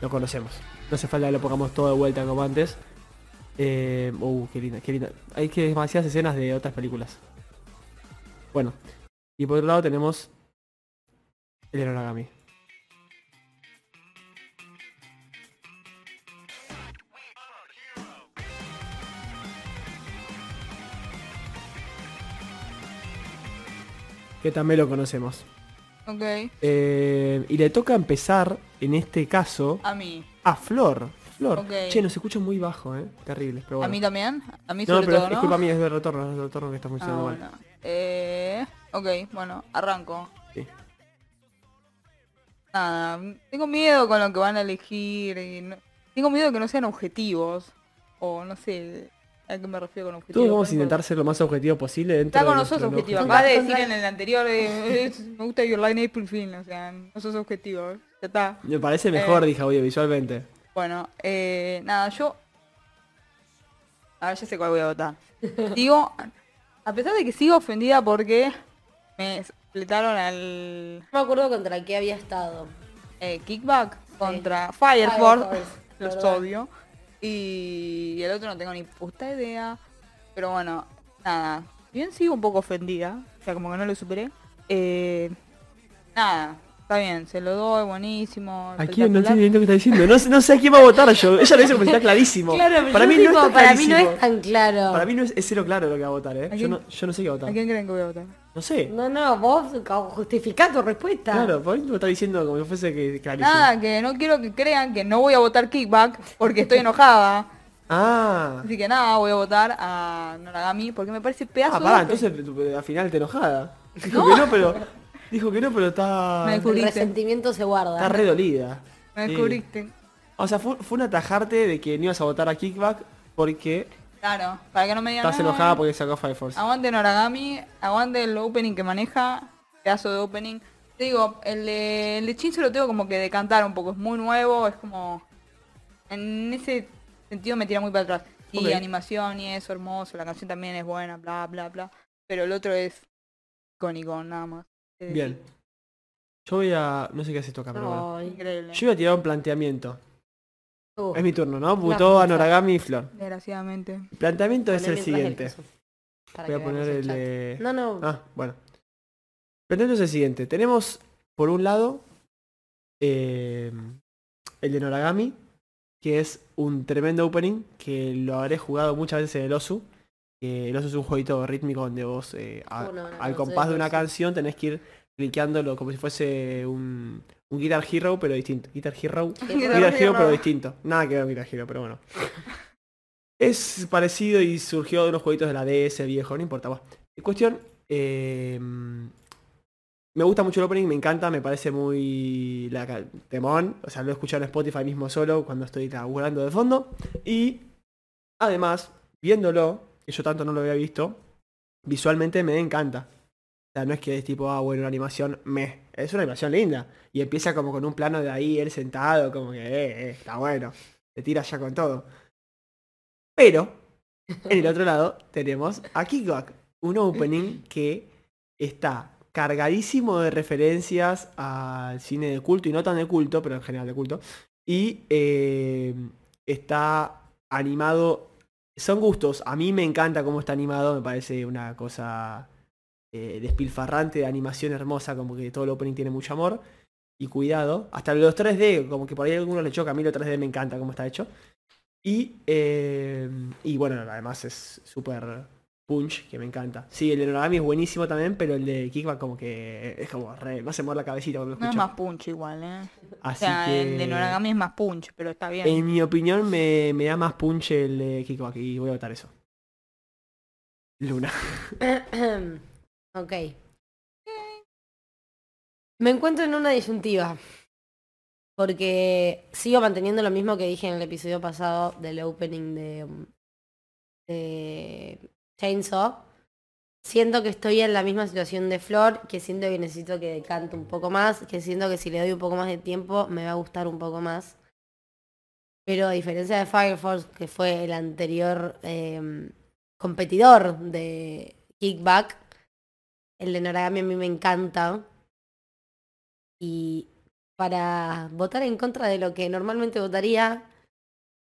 lo conocemos. No hace falta que lo pongamos todo de vuelta como antes. Eh, uh, qué linda, qué linda. Hay que demasiadas escenas de otras películas. Bueno. Y por otro lado tenemos el de Noragami. Que también lo conocemos.
Ok.
Eh, y le toca empezar, en este caso,
A mí.
a Ah, Flor. Flor.
Ok.
Che, nos escucha muy bajo, ¿eh? Terrible, pero
¿A
bueno.
mí también? A mí
no,
sobre
pero
todo,
es
¿no?
culpa mía, es de retorno, es de retorno que está
Ah,
funcionando mal.
bueno. Eh, ok, bueno, arranco.
Sí.
Nada, tengo miedo con lo que van a elegir. y no- tengo miedo que no sean objetivos. O no sé a qué me refiero con objetivos.
Todos vamos a
no importa.
intentar ser lo más objetivo posible dentro
Está con
de
nosotros
nuestro
objetivo.
lógico.
Acabas de
Contra-
decir en el anterior, eh, es- me gusta Your Line April Film, o sea, no sos objetivo. Ya está.
Me parece mejor,
Eh.
dije audiovisualmente.
Bueno, eh, nada, yo... A ver, ya sé cuál voy a votar. Digo, a pesar de que sigo ofendida porque me fletaron al
No me acuerdo contra qué había estado.
eh, Kickback contra Fire Force,
Fire Force,
los
¿verdad?
odio. Y el otro no tengo ni puta idea. Pero bueno, nada. Si Bien sigo un poco ofendida, o sea, como que no lo superé. eh, nada, está bien, se lo doy, buenísimo.
¿A quién? No
espectacular.
entiendo bien lo que está diciendo. No, sé- no sé a quién va a votar yo. Ella lo dice porque está clarísimo.
Claro, pero
para,
yo
mí
digo,
no está
para mí no
clarísimo.
es tan claro.
Para mí no es, es cero claro lo que va a votar, ¿eh?
¿A
Yo
quién?
no, yo no sé qué va a
¿A
votar.
quién creen que voy a votar?
No sé.
No, no, vos justificá tu respuesta.
Claro, por ahí lo está diciendo como si fuese que clarísimo.
Nada, que no quiero que crean que no voy a votar Kickback porque estoy enojada.
Ah.
Así que nada, voy a votar a Noragami porque me parece pedazo
Ah, pará,
de...
entonces eh, al final te enojada. Dijo que no, pero. Dijo que no, pero está.
Me
El
Juriste.
resentimiento se guarda.
Está re dolida.
Me
Sí.
descubriste.
O sea, fue, fue un atajarte de que no ibas a votar a Kickback porque
Claro, para que no me digan
estás
"No,
enojada porque sacó Fire Force.
Aguante Noragami, aguante el opening que maneja, pedazo de opening. Te digo, el de, el de Shinzo lo tengo como que decantar un poco, es muy nuevo, es como... En ese sentido me tira muy para atrás. Y
Ok.
animación y eso, hermoso, la canción también es buena, bla, bla, bla. Pero el otro es icónico, nada más. Es
Bien. Yo voy a. No sé qué haces esto acá, pero bueno.
Ay,
Increíble.
Yo voy a tirar un planteamiento.
uh,
Es mi turno, ¿no?
La
Butó a
puta.
Noragami y Flor.
Desgraciadamente.
El planteamiento es
poné
el
mientras
siguiente.
eso, para
Voy a
que veamos
poner el
chat.
de...
No, no.
Ah, bueno. Pero entonces es el siguiente. Tenemos, por un lado, eh, el de Noragami, que es un tremendo opening, que lo habré jugado muchas veces en el Osu. que el Osu es un jueguito rítmico donde vos, eh, a-
Uno, no,
al
no
compás
sé,
de una
no sé.
canción, tenés que ir cliqueándolo como si fuese un, un Guitar Hero, pero distinto. Guitar Hero.
Guitar
Guitar Hero,
Hero.
pero distinto. Nada que ver con Guitar Hero, pero bueno. Es parecido y surgió de unos jueguitos de la DS viejo, no importa. va. Cuestión, eh, me gusta mucho el opening, me encanta, me parece muy la, ca- temón. O sea, lo he escuchado en Spotify mismo solo cuando estoy laburando de fondo. Y además, viéndolo, que yo tanto no lo había visto, visualmente me encanta. O sea, no es que es tipo, ah, bueno, una animación me. Es una animación linda. Y empieza como con un plano de ahí, él sentado, como que, eh, eh, está bueno. Se tira ya con todo. Pero, en el otro lado, tenemos a Kickback. Un opening que está cargadísimo de referencias al cine de culto, y no tan de culto, pero en general de culto. Y eh, está animado. Son gustos. A mí me encanta cómo está animado. Me parece una cosa eh, despilfarrante de animación hermosa. Como que todo el opening tiene mucho amor. Y cuidado. Hasta los 3D, como que por ahí a algunos le choca. A mí los 3D me encanta cómo está hecho. Y, eh, y bueno, además es súper punch, que me encanta. Sí, el de Noragami es buenísimo también, pero el de Kickback como que es como re, me hace mover la cabecita cuando lo
No es
escucho.
más punch igual, ¿eh? O
Así
sea, el de
que- Em,
Noragami es más punch, pero está bien.
En mi opinión me, me da más punch el de Kickback y voy a votar eso. Luna.
ok. Me encuentro en una disyuntiva. Porque sigo manteniendo lo mismo que dije en el episodio pasado del opening de, um, de Chainsaw. Siento que estoy en la misma situación de Flor, que siento que necesito que decante un poco más, que siento que si le doy un poco más de tiempo me va a gustar un poco más. Pero a diferencia de Fire Force, que fue el anterior em, competidor de Kickback. El de Noragami a mí me encanta. Y para votar en contra de lo que normalmente votaría,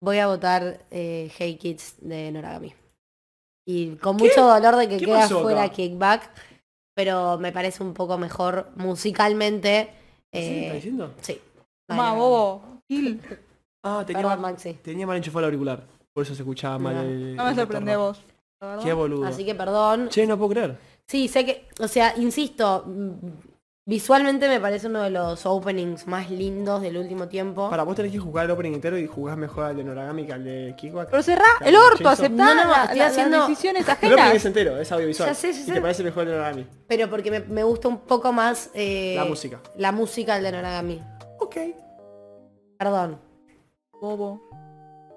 voy a votar eh, Hey Kids de Noragami. Y con mucho dolor de que
¿Qué
queda
pasó
fuera
acá?
Kickback, pero me parece un poco mejor musicalmente.
¿Sí me está
eh,
diciendo?
sí.
Tomá,
Vale,
bobo. Gil,
Ah, tenía,
Perdón,
mal,
Maxi.
tenía mal enchufado el auricular. Por eso se escuchaba mal
No,
el...
No me
el
sorprende
retorno.
vos. la verdad.
Qué boludo.
Así que perdón.
Che, no puedo creer.
Sí, sé que, o sea, insisto, mm, visualmente me parece uno de los openings más lindos del último tiempo.
Para vos tenés que jugar el opening entero y jugás mejor al de Noragami que al de Kickback.
Pero cerrá
Claro,
el orto,
Jason.
aceptá
No, no,
la-
estoy
la-
haciendo-
las decisiones
El opening
ajenas.
es entero, es audiovisual.
Ya sé, ya
y
sé.
te parece mejor el de Noragami.
Pero porque me, me gusta un poco más eh,
La música.
La música del de Noragami.
Ok.
Perdón.
Bobo.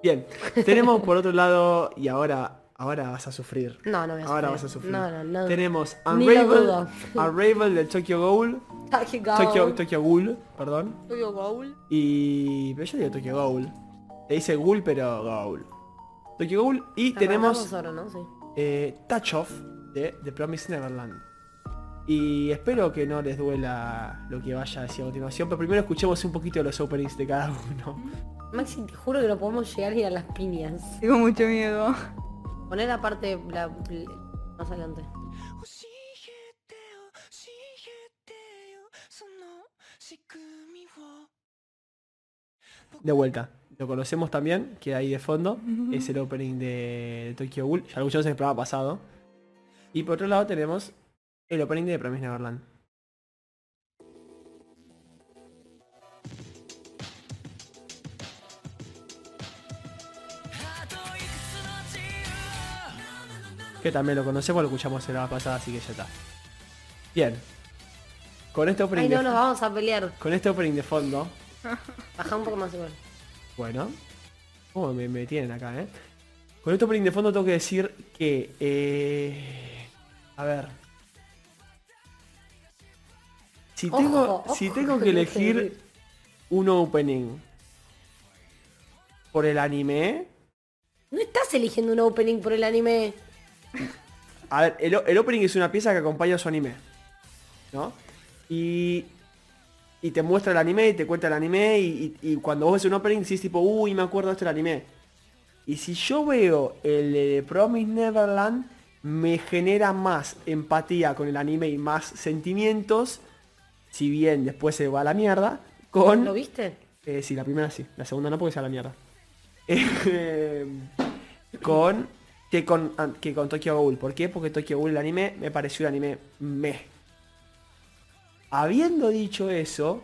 Bien. Tenemos por otro lado, y ahora, ahora vas a sufrir.
No, no voy a sufrir.
Ahora vas a sufrir.
No, no, no.
Tenemos
Ni lo
Unravel,
dudo.
Unravel del Tokyo Ghoul,
Tokyo Ghoul.
Tokyo, Tokyo Ghoul, perdón,
Tuyo Goul.
y... pero yo digo Tokyo Ghoul. Se dice Ghoul, pero Ghoul. Tokyo Ghoul y
Arrancamos
tenemos
ahora, ¿no? Sí.
eh, Touch Off de The Promised Neverland. Y espero que no les duela lo que vaya a decir a continuación, pero primero escuchemos un poquito de los openings de cada uno.
Maxi, te juro que no podemos llegar ni a las piñas.
Tengo mucho miedo.
Poner la parte la- la- más adelante.
教えてよ教えてよその仕組みを
De vuelta. Lo conocemos también, que ahí de fondo. Es el opening de Tokyo Ghoul. Ya lo escuchamos en el programa pasado. Y por otro lado tenemos el opening de Promise Neverland. Que también lo conocemos, lo escuchamos en la pasada, así que ya está. Bien. Con este opening,
Ay, no,
de,
nos vamos a pelear.
con este opening de fondo,
Baja un poco más igual.
Bueno. ¿Cómo me, me tienen acá, eh? Con esto opening de fondo tengo que decir que... eh, a ver. Si
Ojo,
tengo,
ojo,
si tengo
no
que
te
elegir
digas.
un opening por el anime...
No estás eligiendo un opening por el anime.
A ver, el, o- el opening es una pieza que acompaña a su anime. ¿No? Y. Y te muestra el anime y te cuenta el anime. Y, y- y cuando vos ves un opening decís tipo, uy, me acuerdo de esto del anime. Y si yo veo el de Promise Neverland, me genera más empatía con el anime y más sentimientos. Si bien después se va a la mierda. Con.
¿Lo viste?
Eh, sí, la primera sí. La segunda no porque sea la mierda. Eh, con, que con ah, que con Tokyo Ghoul. ¿Por qué? Porque Tokyo Ghoul el anime me pareció un anime meh. Habiendo dicho eso,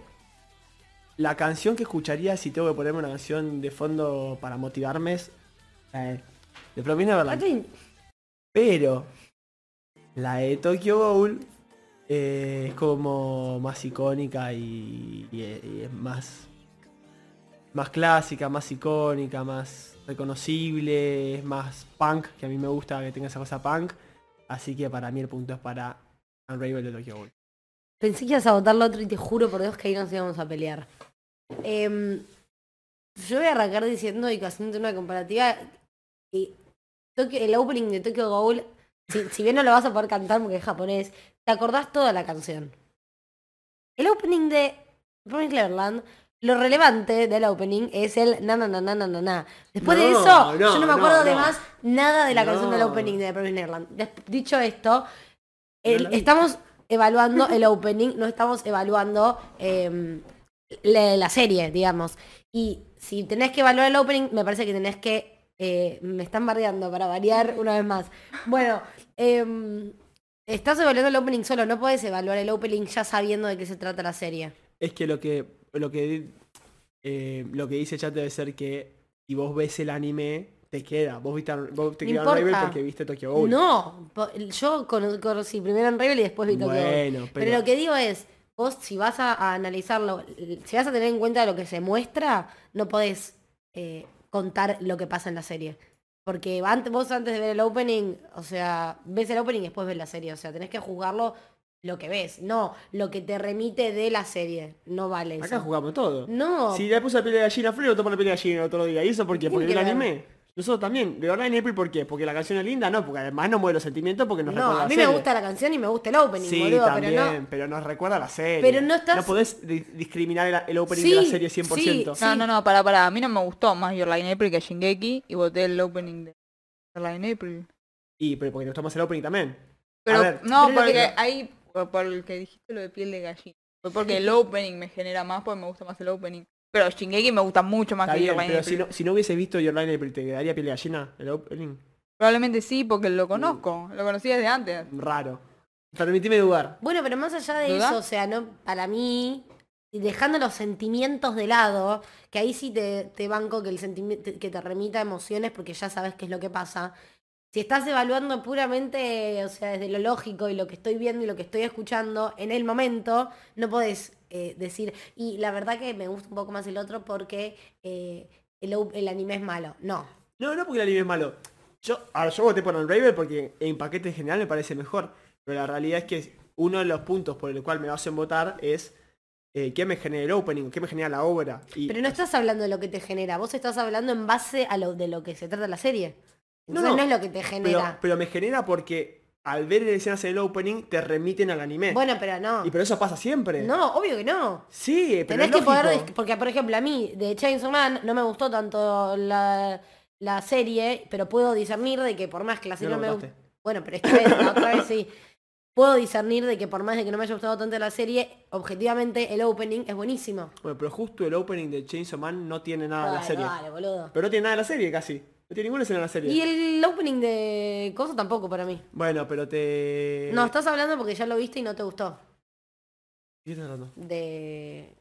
la canción que escucharía si tengo que ponerme una canción de fondo para motivarme es eh, de Promise Neverland.
Martín,
Pero la de Tokyo Ghoul eh, es como más icónica y, y es- y es más, más clásica, más icónica, más reconocible, es más punk, que a mí me gusta que tenga esa cosa punk. Así que para mí el punto es para Unravel de Tokyo Ghoul.
Pensé que ibas a votar lo otro y te juro por Dios que ahí nos íbamos a pelear. Em, yo voy a arrancar diciendo y haciendo una comparativa. Y Tokio- el opening de Tokyo Ghoul, si, si bien no lo vas a poder cantar porque es japonés, te acordás toda la canción. El opening de Promised Neverland, lo relevante del opening es el na na na na na na na. Después
No,
de eso,
no,
yo no me acuerdo
no,
de
no.
más nada de la canción del
No.
opening de Promised Neverland. Des- dicho esto, el-
la vi.
estamos evaluando el opening, no estamos evaluando em, la, la serie, digamos. Y si tenés que evaluar el opening, me parece que tenés que... eh, me están bardeando para variar una vez más. Bueno, em, estás evaluando el opening solo, no podés evaluar el opening ya sabiendo de qué se trata la serie.
Es que lo que lo que eh, lo que dice chat debe ser que si vos ves el anime te queda. Vos viste vos te
No
queda Unravel
importa.
porque viste Tokyo Ghoul.
No, po- yo cono- conocí primero en Rebel y después vi Tokyo Ghoul.
Bueno,
Pero,
pero-
lo que digo es, vos si vas a, a analizarlo, l- si vas a tener en cuenta lo que se muestra, no podés eh, contar lo que pasa en la serie. Porque ant- vos antes de ver el opening, o sea, ves el opening y después ves la serie. O sea, tenés que juzgarlo lo que ves, no lo que te remite de la serie. No vale
Acá
eso.
jugamos todo.
No,
Si le puso la piel de gallina a Flor, le tomo la piel de gallina el otro día. ¿Y eso por qué?
Tiene
Porque
que
el
ver.
anime. Nosotros también. Le Online April, ¿por qué? Porque la canción es linda, no, porque además nos mueve los sentimientos porque nos
no,
recuerda
a
la
mí me
serie.
gusta la canción y me gusta el opening,
Sí,
boludo,
también,
pero
pero,
no.
nos recuerda a la serie.
Pero no estás-
No podés di- discriminar el, el opening
Sí,
de la serie 100%.
sí.
No, no, no, para, para. A mí no me gustó más Your Line April que Shingeki y voté el opening de Your Line April.
Y pero porque nos tomas el opening también.
Pero
A ver,
no,
pero lo
porque
que-
ahí, por, por el que dijiste lo de piel de gallina. Fue porque el opening me genera más, porque me gusta más el opening. Pero Shingeki me gusta mucho más
Ah, Está
que
bien,
Your Line
pero
April.
si no, si no hubieses visto Your Line April, ¿te daría piel de gallina el opening?
Probablemente sí, porque lo
Uh.
conozco. Lo conocí desde antes.
Raro. Permitime dudar.
Bueno, pero más allá de
¿Duda?
eso, o sea, no, para mí, y dejando los sentimientos de lado, que ahí sí te, te banco que el sentimiento que te remita a emociones porque ya sabes qué es lo que pasa. Si estás evaluando puramente, o sea, desde lo lógico y lo que estoy viendo y lo que estoy escuchando en el momento, no podés eh, decir, y la verdad que me gusta un poco más el otro porque eh, el, ou- el anime es malo. No.
No, no porque el anime es malo. Yo, ahora yo voté por Unravel porque en paquete general me parece mejor. Pero la realidad es que uno de los puntos por el cual me hacen votar es eh, qué me genera el opening, qué me genera la obra. Y
Pero no estás hablando de lo que te genera, vos estás hablando en base a lo de lo que se trata la serie.
No,
Entonces no,
no.
es lo que te
pero,
genera.
pero me genera porque al ver escenas en el opening te remiten al anime.
Bueno, pero no.
Y pero eso pasa siempre.
No, obvio que no.
Sí, pero
Tenés
es
que
lógico.
poder, des- porque por ejemplo a mí de Chainsaw Man no me gustó tanto la, la serie, pero puedo discernir de que por más que la serie
No
no,
la
me
votaste.
gustó, bueno, pero esta vez, la otra vez sí, puedo discernir de que por más de que no me haya gustado tanto la serie, objetivamente el opening es buenísimo.
Bueno, pero justo el opening de Chainsaw Man no tiene nada de Ah, la
Vale,
serie.
vale, boludo.
Pero no tiene nada de la serie casi. No tiene ninguna escena de la serie.
Y el opening de Cosa tampoco para mí.
Bueno, pero te...
No, estás hablando porque ya lo viste y no te gustó.
¿Qué estás hablando?
De,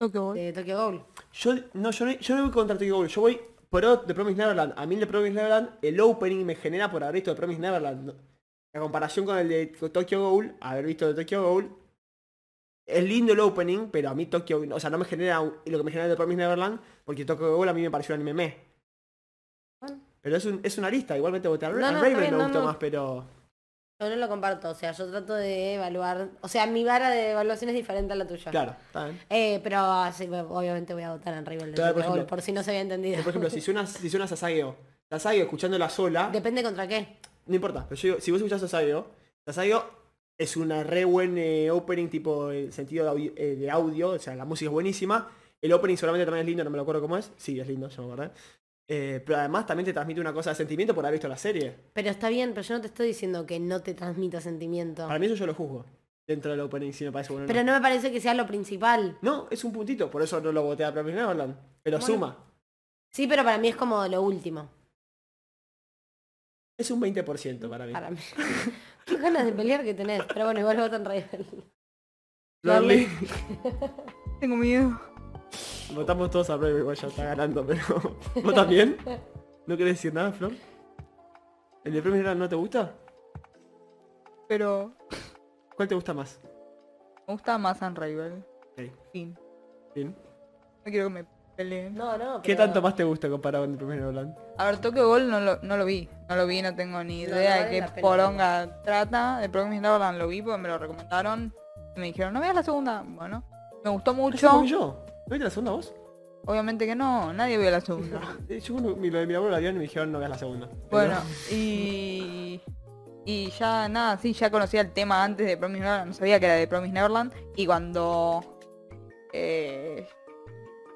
Tokyo Ghoul.
de Tokyo Ghoul.
Yo, no, yo, no, yo no voy contra Tokyo Ghoul, yo voy pro de Promise Neverland. A mí el de Promise Neverland, el opening me genera por haber visto de Promise Neverland. No- La comparación con el de Tokyo Ghoul, haber visto de Tokyo Ghoul, es lindo el opening, pero a mí Tokyo, o sea, no me genera un- lo que me genera el de Promise Neverland, porque Tokyo Ghoul a mí me pareció un anime meh.
Bueno.
Pero es, un, es una lista, igualmente voté a
No, no, está
Raven me
bien, no,
gustó
no.
más, pero...
Yo no lo comparto, o sea, yo trato de evaluar, o sea, mi vara de evaluación es diferente a la tuya.
Claro, está bien.
Eh, pero ah, sí, bueno, obviamente voy a votar en Rival
Claro, por ejemplo.
por si no se había entendido.
Por ejemplo, si suena, si suena Sasageo, Sasageo escuchándola sola,
Depende contra qué.
No importa, pero yo digo, si vos escuchás Sasayo, Sasayo es una re buen eh, opening, tipo el sentido de audio, eh, de audio, o sea, la música es buenísima. El opening solamente también es lindo, no me lo acuerdo cómo es. Sí, es lindo, yo me acordé. Eh, pero además también te transmite una cosa de sentimiento por haber visto la serie.
Pero está bien, pero yo no te estoy diciendo que no te transmita sentimiento.
Para mí eso yo lo juzgo. Dentro del opening, si me parece bueno. o
Pero
Ah, no.
no me parece que sea lo principal.
no, es un puntito, por eso no lo voté a Promised Neverland. Pero
Bueno.
suma.
Sí, pero para mí es como lo último.
Es un 20% para mí.
Para mí. Qué ganas de pelear que tenés. Pero bueno, igual voto en Rival.
Lonely.
Tengo miedo.
Votamos todos a Brave igual ya está ganando, pero. ¿Vos también? ¿No querés decir nada, Flor? ¿El de Promised Neverland no te gusta?
Pero
¿Cuál te gusta más?
me gusta más Unravel.
Ok,
Fin.
bien.
No quiero que me... Belén.
No, no.
¿Qué
pero-
tanto más te gusta comparado con el primer Nolan?
A ver, Tokyo Gol no lo, no lo vi. No lo vi, no tengo ni
No,
idea
no
de
vale
qué
la pena.
poronga trata. El Promised Neverland lo vi porque me lo recomendaron. Y me dijeron, ¿no veas la segunda? Bueno, me gustó
¿Cómo
mucho.
que yo? ¿No viste la segunda vos?
Obviamente que no, nadie vio la segunda.
Eh, Yo cuando mi, lo de mi abuelo la vieron y me dijeron no veas la segunda.
Ah. bueno, y... Y ya, nada, sí, ya conocía el tema antes de Promised Neverland. No sabía que era de Promised Neverland. Y cuando... eh,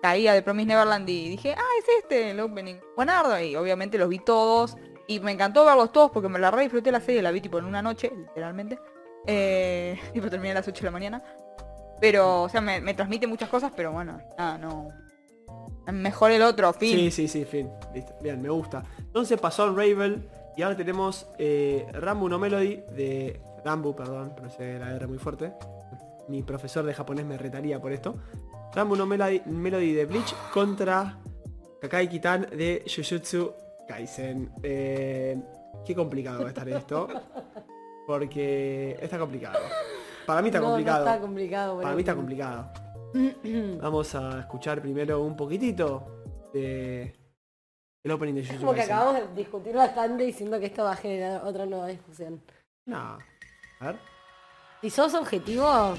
caía de Promised Neverland y dije, ah, es este, el opening. Buenardo, y obviamente los vi todos. Y me encantó verlos todos porque me la re disfruté la serie, la vi tipo en una noche, literalmente. Eh, tipo terminé a las 8 de la mañana. Pero, o sea, me, me transmite muchas cosas, pero bueno, nada, no. Mejor el otro, fin.
Sí, sí, sí, fin. Listo. Bien, me gusta. Entonces pasó Ravel y ahora tenemos eh, Rambo no Melody de Rambo, perdón, pronuncié la R muy fuerte. Mi profesor de japonés me retaría por esto. Rambo no Melody, Melody de Bleach contra Kakai Kitan de Jujutsu Kaisen. Eh, qué complicado va a estar esto. Porque está complicado. Para mí está
No, no
complicado.
está complicado,
Para mí está
boludo.
complicado. Vamos a escuchar primero un poquitito de el opening de Jujutsu
Como que
Kaisen.
acabamos de discutir bastante diciendo que esto va a generar otra nueva discusión.
No. A ver,
¿Y sos objetivo?
va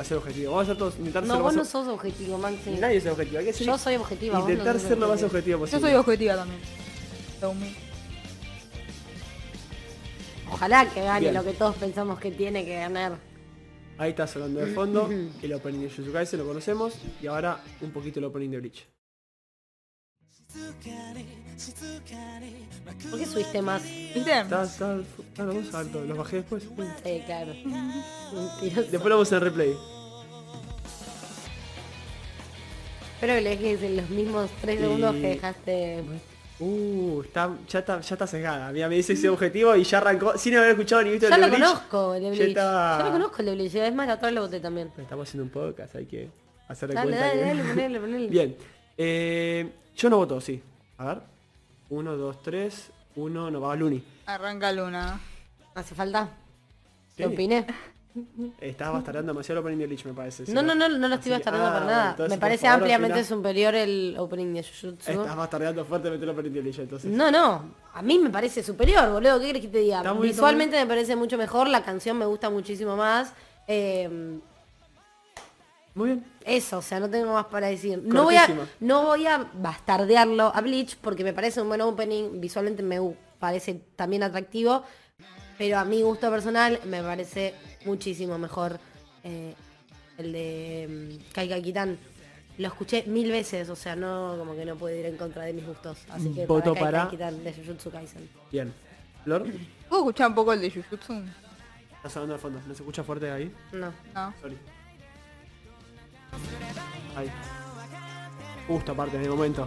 a ser objetivo. Vamos a hacer todos intentar
No,
ser lo más
vos no
ob-
sos objetivo, Maxi.
Nadie es objetivo. Hay que ser
Yo soy objetiva, vos no
intentar
sos
ser lo más
objetivo.
objetivo
Yo
posible.
soy objetiva también. Según mí.
Ojalá que gane
Bien.
lo que todos pensamos que tiene que ganar.
Ahí está sonando de fondo el opening de Jujutsu Kaisen, lo conocemos y ahora un poquito el opening de Bleach.
¿Por qué subiste más?
¿Viste?
Está, está, está lo vamos a ver todo. Los bajé después. Uy.
Sí, claro. Mentiroso.
Después lo vamos a replay.
Espero que le dejes en los mismos tres
Y-
segundos que dejaste.
Uh, está, ya está, ya está sesgada. Mira, me dice ese objetivo y ya arrancó sin haber escuchado ni visto
Ya
el de
lo
Bleach.
conozco, el de
ya
Bleach.
está.
Ya lo conozco, el de Bleach. Es más, la otra vez lo voté también.
Estamos haciendo un podcast, hay que hacer de
Dale,
cuenta
dale,
que-
dale, ponele, ponele.
Bien. Eh, yo no voto, sí. A ver. Uno, dos, tres. Uno, no va Luni.
Arranca Luna.
¿Hace falta?
Sí.
¿Qué opiné?
Estás bastardeando demasiado el opening de Lich, me parece. sí.
No, no, no, no lo estoy
Así que-
bastardeando
ah,
para
bueno,
nada.
entonces,
Me
por
parece
favor,
ampliamente
Fina,
superior el opening de Jujutsu.
Estás bastardeando fuertemente el opening de Lich, entonces.
No, no. A mí me parece superior, boludo. ¿Qué crees que te diga?
Está muy-
Visualmente me parece mucho mejor. La canción me gusta muchísimo más. Eh,
Muy bien.
eso, o sea, no tengo más para decir. No voy, a,
Cortísima.
no voy a bastardearlo a Bleach porque me parece un buen opening. Visualmente me gu- parece también atractivo. Pero a mi gusto personal me parece muchísimo mejor eh, el de mm, Kai Kai Kitan. Lo escuché mil veces, o sea, no como que no puede ir en contra de mis gustos. Así que
Voto
Kai Kai
para-
Kitan de Jujutsu Kaisen.
Bien. Flor,
¿Puedo escuchar un poco el de Jujutsu?
estás sonando de fondo. ¿No se escucha fuerte ahí?
No.
No.
Sorry. Ahí. Justo aparte en el momento.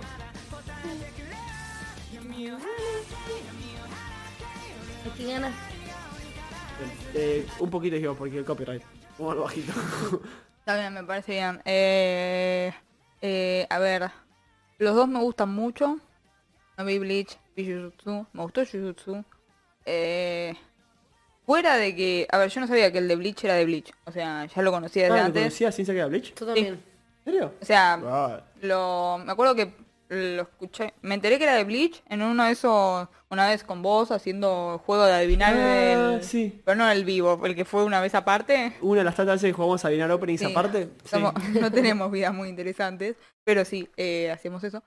Ay, qué ganas.
Bien. Eh, un poquito yo, porque el copyright. Vamos al bajito. Ah,
Está bien, me parece bien. Eh, eh, a ver. Los dos me gustan mucho. No vi Bleach, vi Jujutsu. Me gustó Jujutsu. Eh, fuera de que... A ver, yo no sabía que el de Bleach era de Bleach. O sea, ya lo conocía desde
Ah, ¿Lo
antes.
conocías sin sacar a Bleach?
Tú también.
¿En serio?
O sea,
Ah,
lo me acuerdo que lo escuché me enteré que era de Bleach en uno de esos una vez con vos haciendo juego de adivinar
Ah,
el-
sí.
pero no el vivo el que fue una vez aparte
Una de las tantas veces que jugamos a adivinar openings
Sí.
aparte. Sí.
Somos- no tenemos vidas muy interesantes pero sí eh, hacíamos eso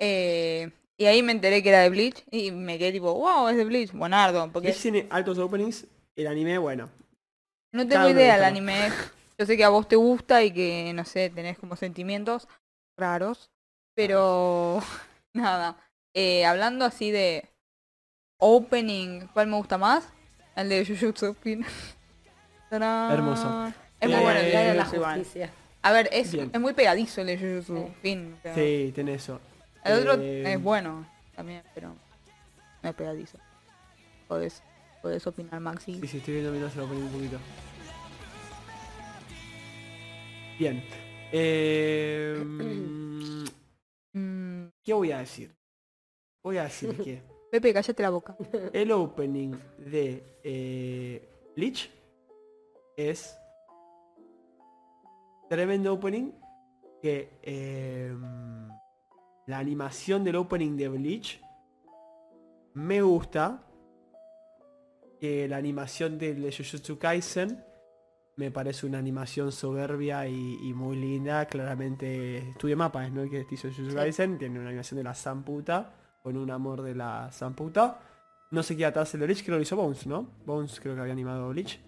Eh, y ahí me enteré que era de Bleach y me quedé tipo wow es de Bleach buenardo porque
Bleach tiene altos openings, el anime, bueno.
No
Cada
tengo
uno
idea del
gusta
anime. Yo sé que a vos te gusta y que, no sé, tenés como sentimientos raros. Pero nada. Eh, hablando así de opening, ¿cuál me gusta más? El de Jujutsu Kaisen. Tarán.
Hermoso.
Es muy
Eh,
bueno.
el
el
día
de
de la
Jujutsu Kaisen.
justicia.
A ver, es,
Bien.
es muy pegadizo el de Jujutsu Kaisen, o sea,
Sí, tiene eso.
El otro
Eh,
es bueno también, pero no es pegadizo. Podés, podés opinar, Maxi.
Sí, sí, estoy viendo mientras se lo pongo un poquito. Bien. Eh, mm,
Mm,
¿Qué voy a decir? Voy a decir que
Pepe, cállate la boca.
el opening de eh, Bleach es tremendo opening que eh, La animación del opening de Bleach me gusta. Eh, la animación del de Jujutsu Kaisen me parece una animación soberbia y, y muy linda. Claramente Estudio Mapa es ¿no? el que hizo Jujutsu Kaisen. Tiene una animación de la Samputa con un amor de la Samputa. No sé qué atrás el de Bleach, creo que lo hizo Bones, ¿no? Bones creo que había animado Bleach.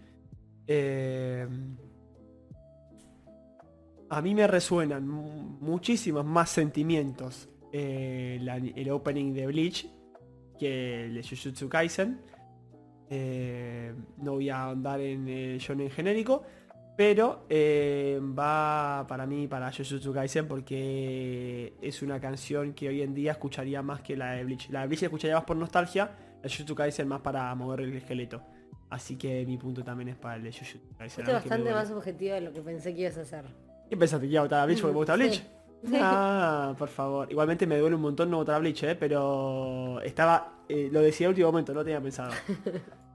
Eh, a mí me resuenan mu- muchísimos más sentimientos eh, la- el opening de Bleach que el de Jujutsu Kaisen. Eh, no voy a andar en el shonen genérico, pero eh, va para mí para Jujutsu Kaisen porque es una canción que hoy en día escucharía más que la de Bleach. La de Bleach la escucharía más por nostalgia, la de Jujutsu Kaisen más para mover el esqueleto. Así que mi punto también es para el de Jujutsu Kaisen. aunque
Fuiste
me
bastante
duele.
más objetivo de lo que pensé que ibas a hacer.
¿Qué pensaste que iba a votar a Bleach porque me gusta
Mm, Sí.
Bleach? Ah, por favor. Igualmente me duele un montón no votar a Bleach, ¿eh? pero estaba. eh, lo decía a último momento, no tenía pensado.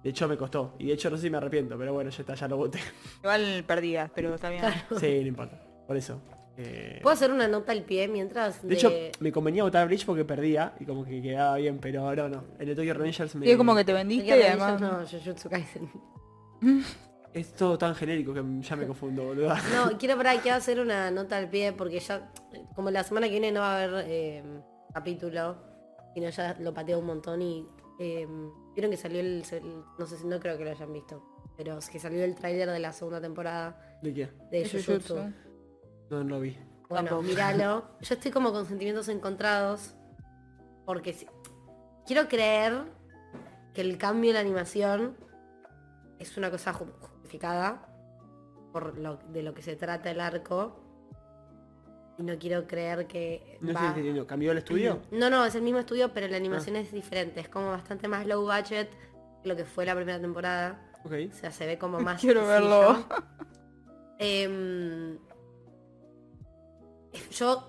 De hecho me costó. Y de hecho no sé si me arrepiento, pero bueno, ya está, ya lo voté.
Igual perdidas, pero está bien.
Sí, no importa. Por eso. eh,
¿Puedo hacer una nota al pie mientras?
de hecho, me convenía votar a Bleach porque perdía y como que quedaba bien, pero ahora no. En el Tokyo Rangers me.
Sí, es como que te
Sé
vendiste
que
y
Revengers
además...
no, Jujutsu Kaisen.
Es todo tan genérico que ya me confundo, boludo.
No, quiero para quiero hacer una nota al pie porque ya, como la semana que viene no va a haber eh, capítulo, sino ya lo pateo un montón y eh, vieron que salió el, el- no sé si no creo que lo hayan visto, pero es que salió el tráiler de la segunda temporada
¿De qué?
de
Es
Jujutsu.
Jujutsu.
No, no lo vi.
Bueno,
Tampoco.
míralo. Yo estoy como con sentimientos encontrados porque si- quiero creer que el cambio en la animación es una cosa ju- justificada por lo, de lo que se trata el arco y no quiero creer que
No
va- Mm.
estoy entendiendo. ¿Cambió el estudio? Ah.
no, no, es el mismo estudio, pero la animación es diferente, es como bastante más low budget que lo que fue la primera temporada.
Ok.
O sea, se ve como más.
Quiero
sencillo.
verlo.
Em, yo,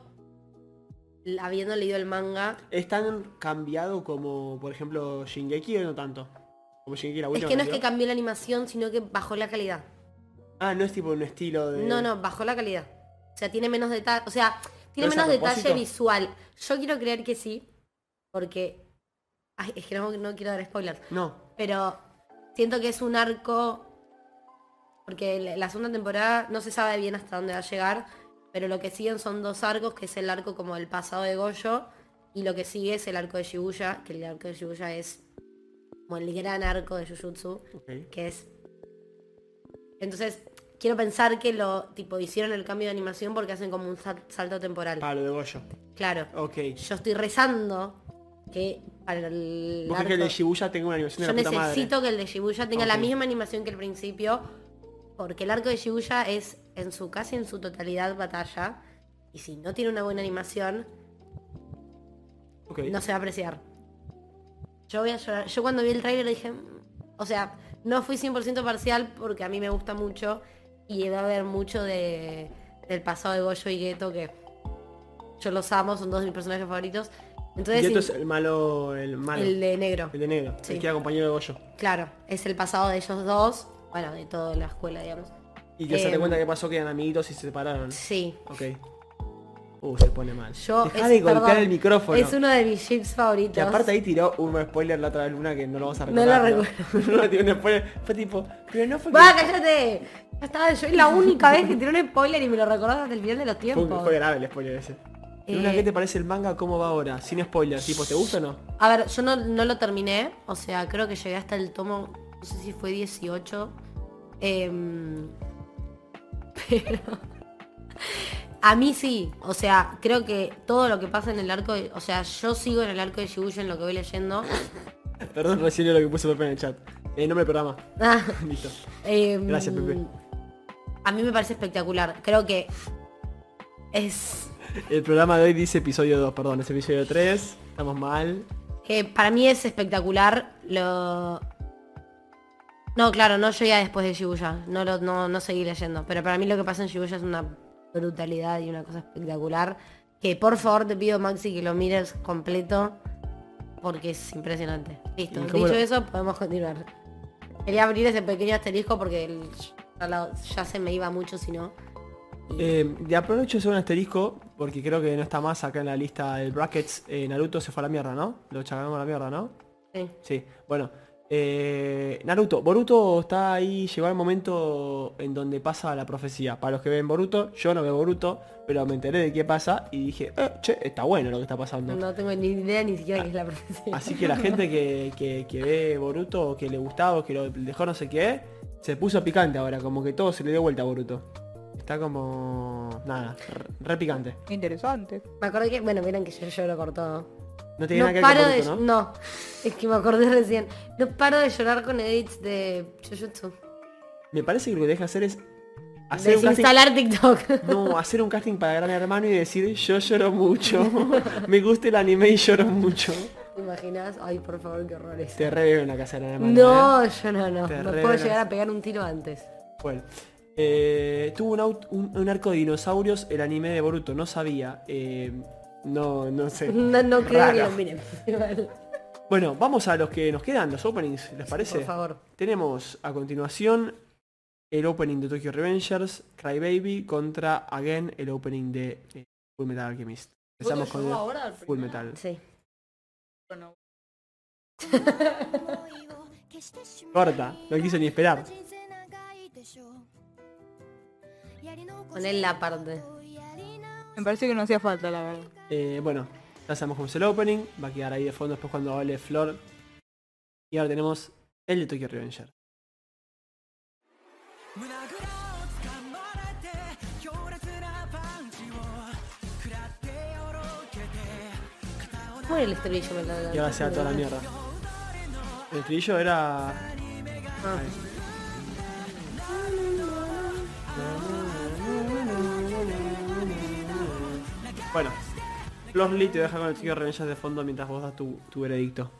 habiendo leído el manga,
¿Es tan cambiado como, por ejemplo, Shingeki o no tanto? Como Shingeki la
es
última.
que no es que
cambió.
cambió la animación, sino que bajó la calidad.
Ah, no es tipo un estilo de...
No, no, bajó la calidad. O sea, tiene menos detalle. O sea,
¿Pero
tiene
es a
menos detalle
propósito?
visual. Yo quiero creer que sí, porque. Ay, es que no, no quiero dar spoilers.
No.
Pero siento que es un arco. Porque la- la segunda temporada no se sabe bien hasta dónde va a llegar. Pero lo que siguen son dos arcos, que es el arco como el pasado de Goyo. Y lo que sigue es el arco de Shibuya, que el arco de Shibuya es como el gran arco de Jujutsu
Ok.
que es. Entonces, quiero pensar que lo tipo hicieron el cambio de animación porque hacen como un sal- salto temporal.
Palo Ah, de Goyo.
Claro.
Ok.
Yo estoy rezando que para el
¿Vos crees que el de
arco-
Shibuya tenga una animación de
yo
la puta madre? Ah,
necesito que el de Shibuya tenga la
Ok.
misma animación que el principio, porque el arco de Shibuya es en su casi en su totalidad batalla, y si no tiene una buena animación,
Ok.
no se va a apreciar. Yo voy a llorar. Yo cuando vi el tráiler dije, "Mm". o sea, no fui 100% parcial porque a mí me gusta mucho y va a haber mucho de, del pasado de Goyo y Geto que yo los amo, son dos de mis personajes favoritos. Entonces,
y esto es
sí,
el malo... El malo.
el de negro.
El de negro.
Sí.
El que era compañero de Goyo.
Claro, es el pasado de ellos dos, bueno, de toda la escuela, digamos.
Y que se
Em.
da cuenta que pasó que eran amiguitos y se separaron.
Sí.
Ok. Uh, se pone mal.
Yo
Dejá
es-
de golpear
perdón,
el micrófono.
Es uno de mis chips favoritos.
Que aparte ahí tiró un spoiler la otra vez Luna que no lo vas a
No lo
recordar. recuerdo. no, tiró un spoiler. Fue tipo, pero no fue que...
¡Va, cállate! Ya estaba yo, es la única vez que tiré un spoiler y me lo recordás hasta el final de los
Fue,
tiempos.
fue grave el spoiler ese. Luna,
Eh,
¿qué te parece el manga? ¿Cómo va ahora? Sin spoiler, tipo, ¿te gusta o no?
A ver, yo no, no lo terminé, o sea, creo que llegué hasta el tomo, no sé si fue 18. em, pero... A mí sí, o sea, creo que todo lo que pasa en el arco, de- o sea, yo sigo en el arco de Shibuya en lo que voy leyendo.
Perdón, recién era lo que puso Pepe en el chat. Eh, nombre del programa.
Ah,
Listo.
em,
Gracias, Pepe.
A mí me parece espectacular, creo que es
El programa de hoy dice episodio 2, perdón, es episodio 3. Estamos mal.
Eh, para mí es espectacular. Lo... No, claro, no llegué a después de Shibuya. No, lo, no, no seguí leyendo. Pero para mí lo que pasa en Shibuya es una brutalidad y una cosa espectacular. Que por favor te pido, Maxi, que lo mires completo. Porque es impresionante. Listo.
¿Y
Dicho
cómo lo-
eso, podemos continuar. Quería abrir ese pequeño asterisco porque el- ya, la- ya se me iba mucho si no.
Eh, de aprovecho hacer un asterisco, porque creo que no está más acá en la lista del brackets. Eh, Naruto se fue a la mierda, ¿no? Lo chacamos a la mierda, ¿no?
Sí.
Sí, bueno. eh, Naruto, Boruto está ahí, llegó el momento en donde pasa la profecía. Para los que ven Boruto, yo no veo Boruto, pero me enteré de qué pasa y dije, eh, che, está bueno lo que está pasando.
No tengo ni idea ni siquiera qué es la profecía.
Ah, Así que la gente que, que- que ve Boruto, o que le gustaba, o que lo dejó no sé qué, se puso picante ahora, como que todo se le dio vuelta a Boruto. Está como... Nada, re, re picante.
Interesante.
Me acuerdo que, bueno, vieron que yo lloro por todo.
No tiene
No
nada que
paro
ver
de...
con Boruto, ¿no?
No, es que me acordé recién. No paro de llorar con edits de Jujutsu.
Me parece que lo que deja hacer es... Hacer un casting...
Desinstalar TikTok.
No, hacer un casting para Gran Hermano y decir yo lloro mucho. Me gusta el anime y lloro mucho.
¿Te imaginas? Ay, por favor, qué horrores.
Te re veo en la casa de Gran Hermano. ¿eh?
No, yo no, no.
Te
Me
re
puedo
verás.
llegar a pegar un tiro antes.
Bueno. eh, tuvo un, aut- un- un arco de dinosaurios el anime de Boruto, no sabía. eh, no, no sé.
No, no creo que
Raro.
lo miren.
Bueno, vamos a los que nos quedan, los openings, ¿les parece?
Por favor.
Tenemos a continuación el opening de Tokyo Revengers, Crybaby contra Again, el opening de eh, Full Metal Alchemist. Empezamos con el Full Metal.
Sí.
Bueno,
Corta, no quise ni esperar.
Poner la parte.
me parece que no hacía falta, la verdad.
Eh, bueno, ya sabemos cómo es el opening. Va a quedar ahí de fondo después cuando hable Flor. Y ahora tenemos el de Tokyo Revenger.
胸ぐらを掴まれて強烈なパンチを食らってよろけて肩を
Muere el estribillo, me lo
Y ahora se va toda la mierda. El estribillo era... Ahí. Bueno, Flor Lee te deja con el Tokyo Revenger de fondo mientras vos das tu, tu veredicto.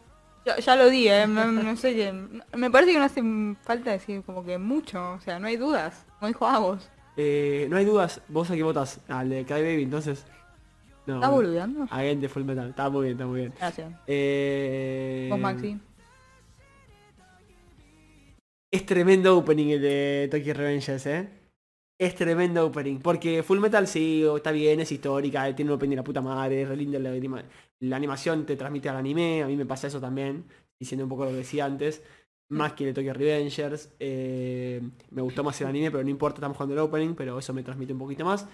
Ya, ya lo di, eh, no, no sé qué. Me parece que no hace falta decir como que mucho, o sea, no hay dudas. Como dijo Agos.
Eh, no hay dudas, vos aquí votas al de Crybaby, entonces... No,
¿Estás
bueno.
boludeando?
Again de Full Metal, está muy bien, está muy bien.
Gracias.
Eh,
Vos, Maxi.
Es tremendo opening el de Tokyo Revengers, ¿eh? Es tremendo opening. Porque Full Metal sí, o- está bien, es histórica, eh, tiene un opening de la puta madre, es re linda la, anima- la animación, te transmite al anime, a mí me pasa eso también, diciendo un poco lo que decía antes. Más que el de Tokyo Revengers. eh, me gustó más el anime, pero no importa, estamos jugando el opening, pero eso me transmite un poquito más.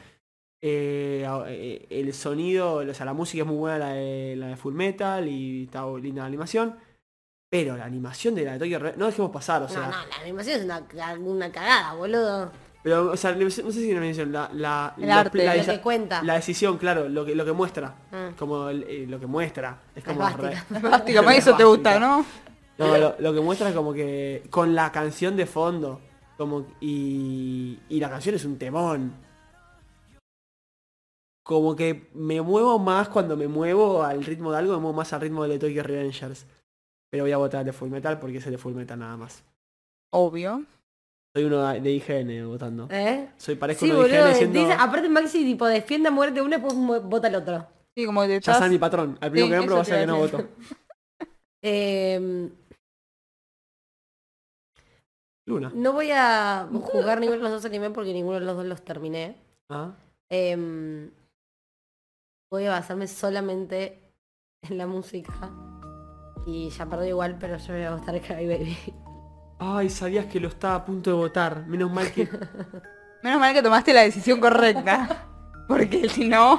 Eh, a- eh, el sonido, o sea, la música es muy buena la de, la de Full Metal y está linda la animación. Pero la animación de la de Tokyo Revengers, no dejemos pasar, o sea.
No, no, la animación es una, ca- una cagada, boludo.
Pero, o sea, no sé si me mencionó, la, la,
El
lo-
arte,
la,
Lo
desa-
que cuenta.
la decisión, claro, lo que, lo que muestra.
Ah.
Como el- eh, lo que muestra. Es como
La
re-
esvástica.
Básicamente eso te gusta, ¿no?
No, lo, lo que muestra es como que. Con la canción de fondo. Como. Y. Y la canción es un temón. Como que me muevo más cuando me muevo al ritmo de algo, me muevo más al ritmo de Tokyo Revengers. Pero voy a votar el de Full Metal porque es el de Full Metal nada más.
Obvio.
Soy uno de IGN votando.
¿Eh?
Soy parezco
Sí,
uno de
boludo.
IGN siendo...
dice- aparte Maxi tipo defiende a muerte uno y después mu- vota al otro.
Sí, como que
Ya
estás...
sabe mi patrón. Al primero
Sí,
que nombro va a
eso
ser
te
que no
iba a
voto.
Eh,
Luna.
no voy a jugar ninguno de los dos animes porque ninguno de los dos los terminé.
Ah.
Em, voy a basarme solamente en la música. Y ya perdí igual, pero yo voy a votar Cry Baby.
Ay, sabías que lo estaba a punto de votar. Menos mal que.
Menos mal que tomaste la decisión correcta. Porque si no...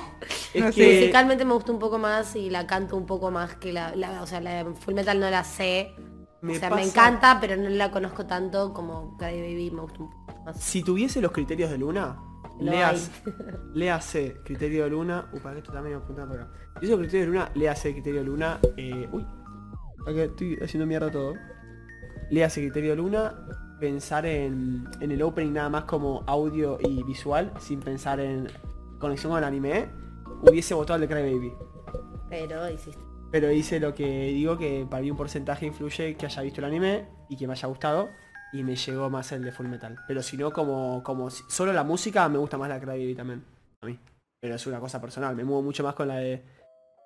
Es
No sé.
que-
Musicalmente me gusta un poco más y la canto un poco más que la, la- o sea, la de Full Metal no la sé.
Me
o sea, me
pasa-
encanta, pero no la conozco tanto como Cry Baby me gusta un poco más.
Si tuviese los criterios de Luna,
No
leas, léase criterio de Luna. Upa, esto también me apunta para acá. Si tuviese los criterios de Luna, léase criterio de Luna. Eh, uy. Acá estoy haciendo mierda todo. Léase criterio de Luna. Pensar en, en el opening nada más como audio y visual, sin pensar en conexión con el anime, ¿eh? hubiese votado al de Cry Baby.
Pero hiciste.
Pero hice lo que digo que para mí un porcentaje influye que haya visto el anime y que me haya gustado. Y me llegó más el de Full Metal. Pero si no, como, como si- solo la música, me gusta más la Crybaby también. A mí. Pero es una cosa personal. Me muevo mucho más con la de...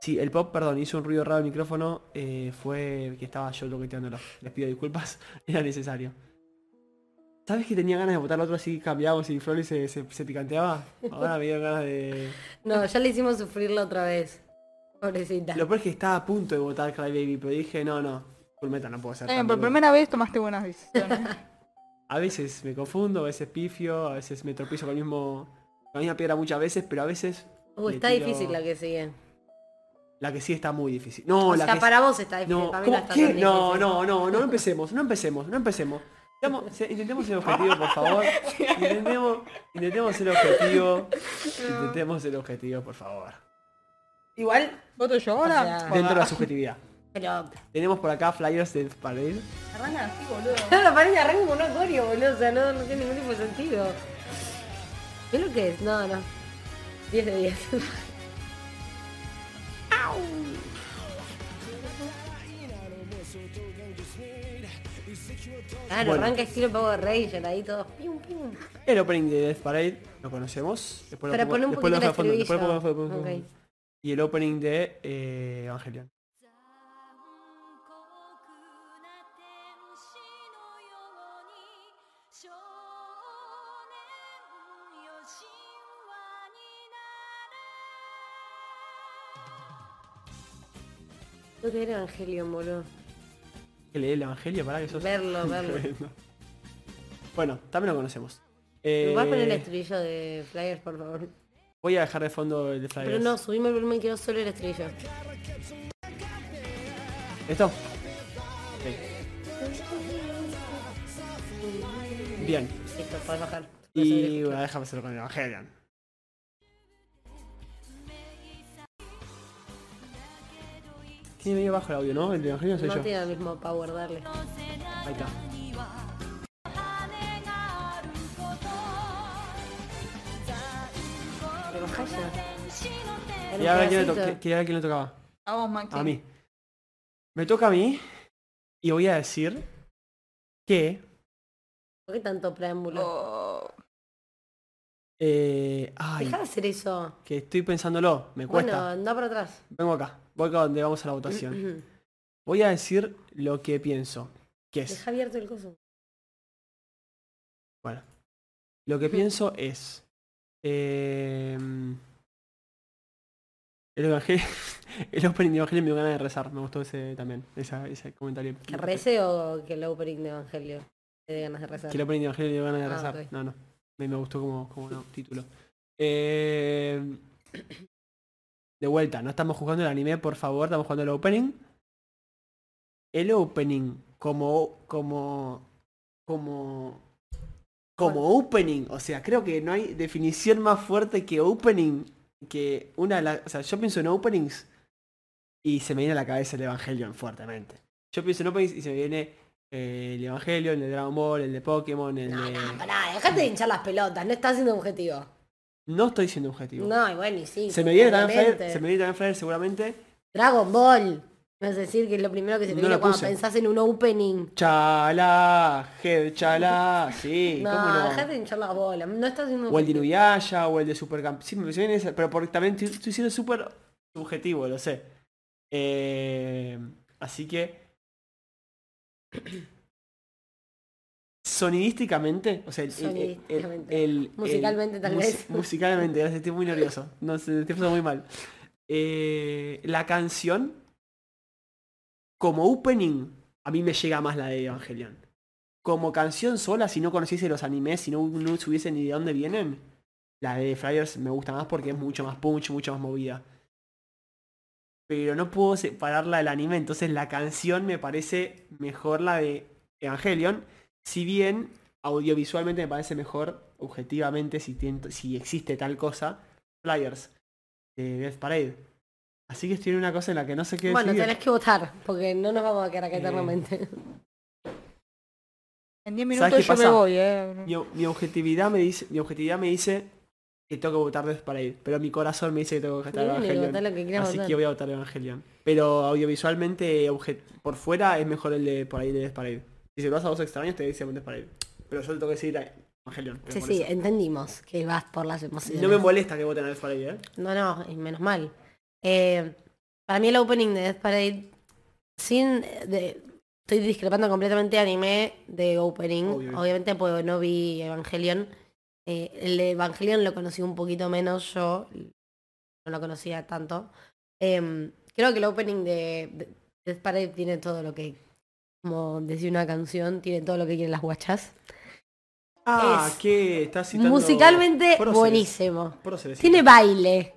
Sí, el pop, perdón, hizo un ruido raro el micrófono. eh, fue que estaba yo toqueteándolo. Les pido disculpas. Era necesario. ¿Sabes que tenía ganas de votar al otro así cambiamos y Flori se, se, se picanteaba? Ahora me dieron ganas de...
No, ya le hicimos sufrirlo otra vez. Pobrecita.
Lo peor es que estaba a punto de votar Cry Baby, pero dije, no, no, Full Metal no puedo hacer.
Está bien, eh, por primera vez tomaste buenas decisiones.
A veces me confundo, a veces pifio, a veces me tropiezo con el mismo... con la misma piedra muchas veces, pero a veces...
Uh,
le
está
tiro-
difícil la que sigue.
La que sí está muy difícil. No,
o
la
sea,
que
para vos está difícil,
No,
para mí
¿cómo?
no está
¿Qué?
tan
no,
difícil.
no, no, no empecemos, no empecemos, no empecemos. Estamos- se- intentemos el objetivo, por favor. Intentemos, intentemos el objetivo. Intentemos el objetivo, por favor.
Igual,
¿Voto yo ahora?
O sea-
Dentro de la subjetividad.
pero...
Tenemos por acá flyers de para ir.
Arranca así, boludo.
Claro, lo parece arranca con un acorio, boludo. O sea, no, no tiene ningún tipo de sentido. ¿Qué es lo que es? No, no. 10 de 10. Claro,
Bueno.
Ah, arranca estilo Power Ranger, ahí todos pium pium.
El opening de Death Parade lo conocemos. Después lo
Pero
pongo-
pon un
después lo
poquito
pongo
el
de fondo, después lo
estribillo.
pongo- Y el opening de eh, Evangelion.
Creo que era Evangelion, boludo.
Que leí el Evangelio para que sos...
Verlo, verlo.
bueno, también lo conocemos.
¿Me vas a poner el
Eh,
estribillo de Flyers, por favor?
voy a dejar de fondo el de Flyers.
Pero no, subime el volumen, quiero solo el estribillo.
¿Esto? Ok. Bien.
Listo, podés bajar.
Y bueno, déjame hacerlo con el Evangelion. Tiene medio bajo el audio, ¿no? El de Evangelion soy
No
yo.
tiene el mismo power darle.
Ahí está.
Pero bajá ya. Era un
Quería ver, a quién le to-
pedacito.
quería ver quién le tocaba.
A vos, Maxi.
A mí. Me toca a mí. Y voy a decir que
¿Por qué tanto preámbulo?
Oh,
eh, ay,
Dejá de hacer eso.
que estoy pensándolo. Me cuesta.
Bueno, Mm, anda para atrás.
Vengo acá. Voy acá donde vamos a la votación.
Deja
Voy a decir lo que pienso. Que es.
abierto el coso.
Bueno. Lo
Mm.
que pienso es. eh, el Evangelio. El opening de Evangelio me dio ganas de rezar. Me gustó ese también. esa- ese comentario.
¿Que rece o que el opening de Evangelio? Te dé ganas de rezar.
Que el opening de Evangelio me dio ganas de
Ah,
rezar.
ok.
No, no. Me, me gustó como, como no, título. Eh, de vuelta, no estamos jugando el anime, por favor, estamos jugando el opening. El opening como. como. como. como opening. O sea, creo que no hay definición más fuerte que opening. Que una de las. O sea, yo pienso en openings y se me viene a la cabeza el Evangelion fuertemente. Yo pienso en openings y se me viene eh, el Evangelion, el de Dragon Ball, el de Pokémon, el
No,
de.
no, pará, dejate de hinchar las pelotas, no estás siendo objetivo.
No estoy siendo objetivo.
No, y bueno, y sí.
se me viene también
seguramente.
Flyer, se me viene también Flyer seguramente.
Dragon Ball. Me vas a decir que es lo primero que se te
No
viene
la
cuando
puse.
pensás en un opening.
Chala, je- chala, sí,
No,
cómo no.
dejate de hinchar las bolas. No estás
O
siendo
el de
objetivo.
Inuyasha, o el de Supercamp. Sí, me viene ese, pero porque también estoy, estoy siendo súper subjetivo, lo sé. Eh, así que... Sonidísticamente, o sea, el, el- el- el-
Sonidísticamente.
el-
Musicalmente, tal vez.
Musicalmente, gracias, estoy muy nervioso. No sé, estoy pasando muy mal. Eh, la canción, como opening, a mí me llega más la de Evangelion. Como canción sola, si no conociese los animes, si no, no supiese ni de dónde vienen, la de Flyers me gusta más porque es mucho más punch, mucho más movida. Pero no puedo separarla del anime, entonces la canción me parece mejor la de Evangelion. Si bien audiovisualmente me parece mejor, objetivamente, si, tien- si existe tal cosa, Flyers de Death Parade. Así que estoy en una cosa en la que no sé qué
Bueno,
decidir.
tenés que votar, porque no nos vamos a quedar acá
Eh,
eternamente.
¿Sabes
En 10
qué
minutos yo
pasa?
me voy, eh.
Mi, mi objetividad me dice, mi objetividad me dice que tengo que votar Death Parade, pero mi corazón me dice que tengo que votar
Bien, y
Evangelion.
votá lo que quieras
Así
votar.
que voy a votar Evangelion. Pero audiovisualmente, obje- por fuera, es mejor el de por ahí de Death Parade. Si se lo vas a dos extraños, te dice un Death Parade. Pero yo le tengo que decir a Evangelion. pero
Sí,
por
sí,
eso.
entendimos que vas por las emociones.
No me molesta que voten a Death Parade, ¿eh?
No, no, y menos mal. Eh, para mí el opening de Death Parade, sin, de- Estoy discrepando completamente de anime de opening.
Obvio.
Obviamente pues no vi Evangelion. Eh, el de Evangelion lo conocí un poquito menos yo. No lo conocía tanto. Em, creo que el opening de, de Death Parade tiene todo lo que... Como decía una canción, tiene todo lo que quieren las guachas.
Ah,
Es
que está citando...
Musicalmente
próceres.
buenísimo.
Próceres, sí.
Tiene baile.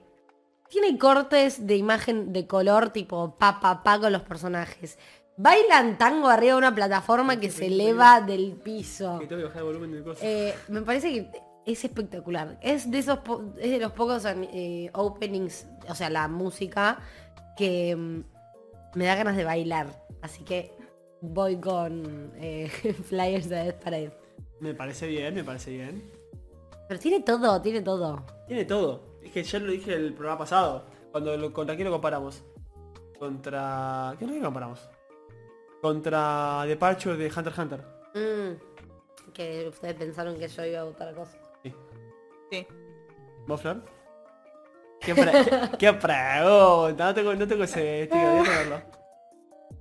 Tiene cortes de imagen de color tipo pa pa pa con los personajes. Bailan tango arriba de una plataforma que se eleva del piso.
Que tengo que bajar el volumen del coso.
Eh, me parece que es espectacular. Es de esos po- es de los pocos ani- eh, openings, o sea, la música que mm, me da ganas de bailar. Así que voy con eh, Flyers de Death Parade.
Me parece bien, me parece bien.
Pero tiene todo, tiene todo.
Tiene todo. Es que ya lo dije el programa pasado. Cuando lo, contra quién lo comparamos. Contra. ¿Qué lo comparamos? Contra Departure de Hunter x Hunter.
Mm, que ustedes pensaron que yo iba a votar cosas.
Sí.
¿Vos, Flor? ¿Qué, pre- qué- qué pregunta? No tengo, no tengo ese estilo, voy a verlo.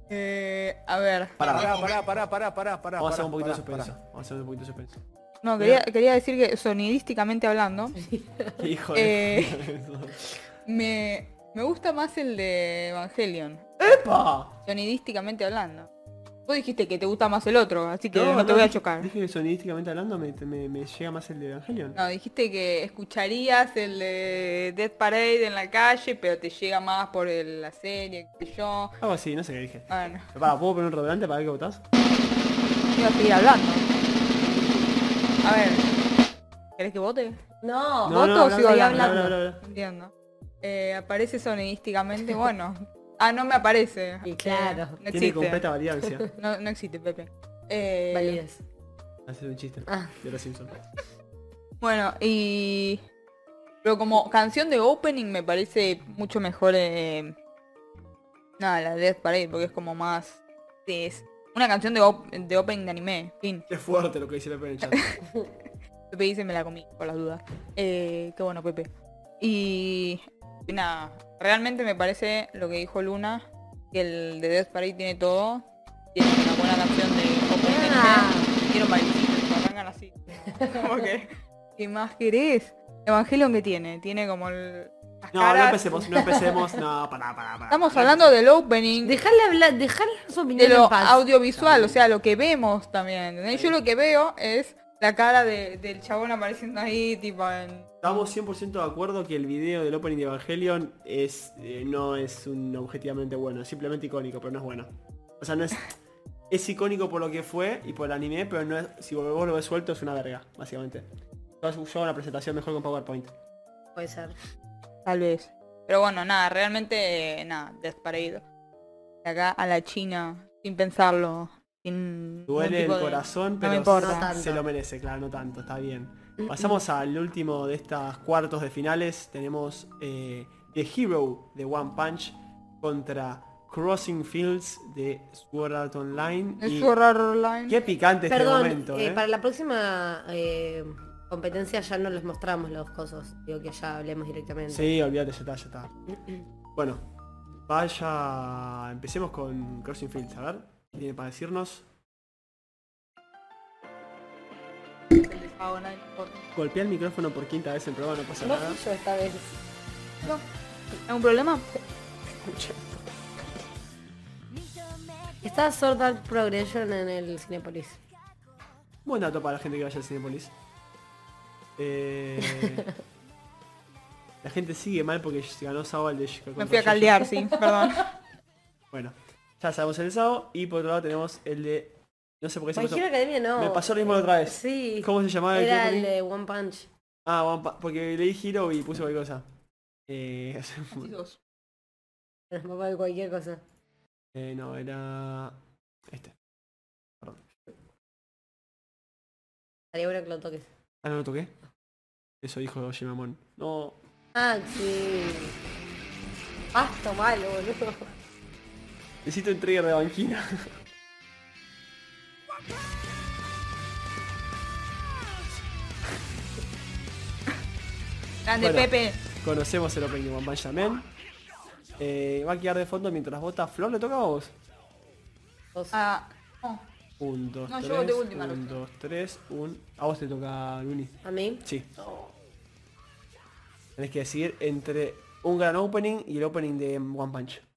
Eh, a ver.
Pará,
Pará, pará, pará, pará, pará, pará.
Vamos a hacer
pará,
un poquito de
pará,
suspenso. Vamos a hacer un poquito de suspenso.
No, quería, quería decir que sonidísticamente hablando,
Qué Hijo de...
Eh, me, me gusta más el de Evangelion.
¡Epa!
Sonidísticamente hablando. Vos dijiste que te gusta más el otro, así que no, te voy a
dije-
chocar.
Dije que sonidísticamente hablando me, me- me llega más el de Evangelion.
No, dijiste que escucharías el de Death Parade en la calle, pero te llega más por el- la serie, que yo.
Algo así, no sé qué dije.
Bueno,
Pará, ¿puedo poner un redoblante para ver qué votás?
iba a seguir hablando. A ver. ¿Querés que vote?
No,
No, no,
voto,
no,
sigo
no, no, no,
hablando.
no, no.
Entiendo. Eh, aparece sonidísticamente, bueno. Ah, no me aparece.
Y claro.
Eh, no
Tiene
existe.
completa variancia.
No, no existe, Pepe. Eh,
Validez.
Haces un chiste
Ah.
de los Simpsons.
Bueno, y... Pero como canción de opening me parece mucho mejor... eh, Nada, la de Death Parade, porque es como más... sí, es una canción de, op- de opening de anime, fin.
Qué fuerte lo que dice Pepe en el chat.
Pepe dice me la comí, por las dudas. Eh, qué bueno, Pepe. Y... y Nada, realmente me parece lo que dijo Luna, que el de Death Parade tiene todo. Tiene una buena canción de opening de anime.
Ah,
Quiero maicitos, que arrancan así. Como que, ¿qué más querés? Evangelion que tiene, tiene como el, las
No, no
caras.
empecemos, no empecemos. No, pará, pará, pará.
Estamos hablando del opening, de,
Dejarle hablar, dejarle su opinión en
lo
paz.
audiovisual, o sea, lo que vemos también. ¿entendés? Yo lo que veo es la cara de- del chabón apareciendo ahí, tipo en...
Estamos 100% de acuerdo que el video del opening de Evangelion es, eh, no es un objetivamente bueno, es simplemente icónico, pero no es bueno. O sea, no es... Es icónico por lo que fue y por el anime, pero no es, si vos lo ves suelto es una verga, básicamente. Yo hago una presentación mejor con PowerPoint.
Puede ser.
Tal vez. Pero bueno, nada, realmente, eh, nada, despareído. De acá a la China, sin pensarlo. Sin ningún
Duele el
tipo de-
corazón,
me
pero
importa.
No tanto.
se lo merece, claro, no tanto, está bien. Pasamos al último de estas cuartos de finales. Tenemos eh, The Hero de One Punch contra Crossing Fields de Sword Art Online.
Es
Y
su raro online.
qué picante
Perdón,
este momento,
eh,
¿eh?
para la próxima eh, competencia ya no les mostramos los cosos. Digo que ya hablemos directamente.
Sí, olvídate, ya está, ya está. Bueno, vaya, empecemos con Crossing Fields, a ver, ¿qué tiene para decirnos?
El de Saga Online, Ah, no importa.
Golpea el micrófono por quinta vez en el programa, no pasa
No
nada.
fui yo esta vez.
¿Algún problema?
Está Sword Art Progression en el Cinepolis.
Buen dato para la gente que vaya al Cinepolis. Eh, la gente sigue mal porque ganó Sao al de Chicago
Me
contra
fui a
Jojo.
caldear, sí, perdón.
Bueno, ya sabemos el de Sao y por otro lado tenemos el de... No sé por qué se
My
pasó.
Hero Academia no.
Me pasó lo mismo la otra vez.
Sí.
¿Cómo se llamaba el
Era
opening?
el de One Punch.
Ah, One Pa- porque leí Hero y puse cualquier cosa. Eh,
Nos vamos de cualquier cosa.
eh, no, era... Este.
Estaría bueno que lo toques.
Ah, no lo toqué. Eso dijo Shimamon. No.
Ah, sí. Pasto malo, Ah, boludo.
Necesito un trigger de banquina.
Grande
Bueno.
Pepe.
Conocemos el opening de One Punch Man. Eh, va a quedar de fondo mientras vota Flor, le toca a vos.
Vos.
Ah,
Un, dos,
No, yo
tres,
voté última,
un,
Lucho.
dos, tres, un... A vos te toca, Luni.
¿A mí?
Sí. Tenés que decidir entre un gran opening y el opening de One Punch.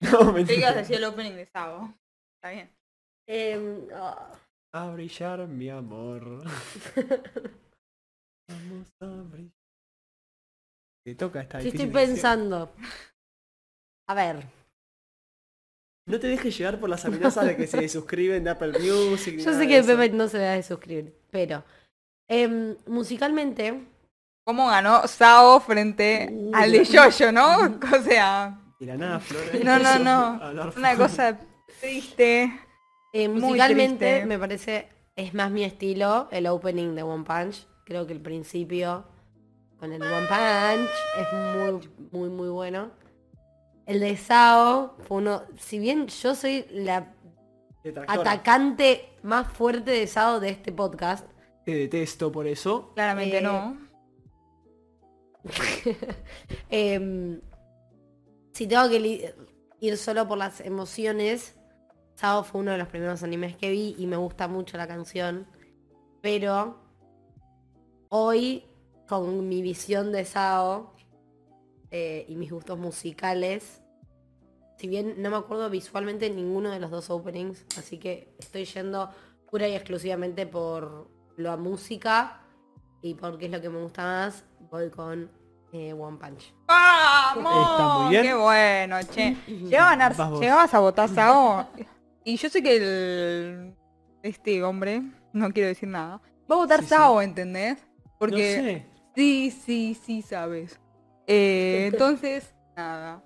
No,
Te
mentira.
digas así el opening de Sabo. Está bien.
Em, ah,
A brillar, mi amor. Vamos a brillar. Te toca esta
sí, estoy
difícil decisión.
pensando. A ver.
No te dejes llevar por las amenazas de que se suscriben de Apple Music. ni
Yo
nada
sé
de
que
eso.
Pepe no se va a suscribir, pero em, musicalmente,
¿Cómo ganó Sao frente
Uh,
al
la-
de Yoyo, no? O sea,
De la nada, Flor. ¿eh?
No, no, no.
Hablar-
una cosa triste.
eh,
Muy
musicalmente
triste.
me parece es más mi estilo el opening de One Punch. Creo que el principio con el One Punch es muy, muy, muy bueno. El de Sao fue uno, si bien yo soy la
Detractora.
atacante más fuerte de Sao de este podcast,
Te detesto por eso.
Claramente
Eh,
no.
Em, si tengo que li- ir solo por las emociones, Sao fue uno de los primeros animes que vi y me gusta mucho la canción. Pero hoy, con mi visión de Sao eh, y mis gustos musicales, si bien no me acuerdo visualmente ninguno de los dos openings, así que estoy yendo pura y exclusivamente por la música y porque es lo que me gusta más, voy con eh, One Punch.
Está muy
¡Vamos!
bien. Mm.
¡Qué bueno, che! Llegó a ganar,
Vas vos.
llegaba a sabotar Sao. Y yo sé que el... Este hombre, no quiero decir nada, va a votar
Sí, sí.
Sao, ¿entendés?
No
Porque...
sé.
Sí, sí, sí, sabes. Eh, entonces, nada.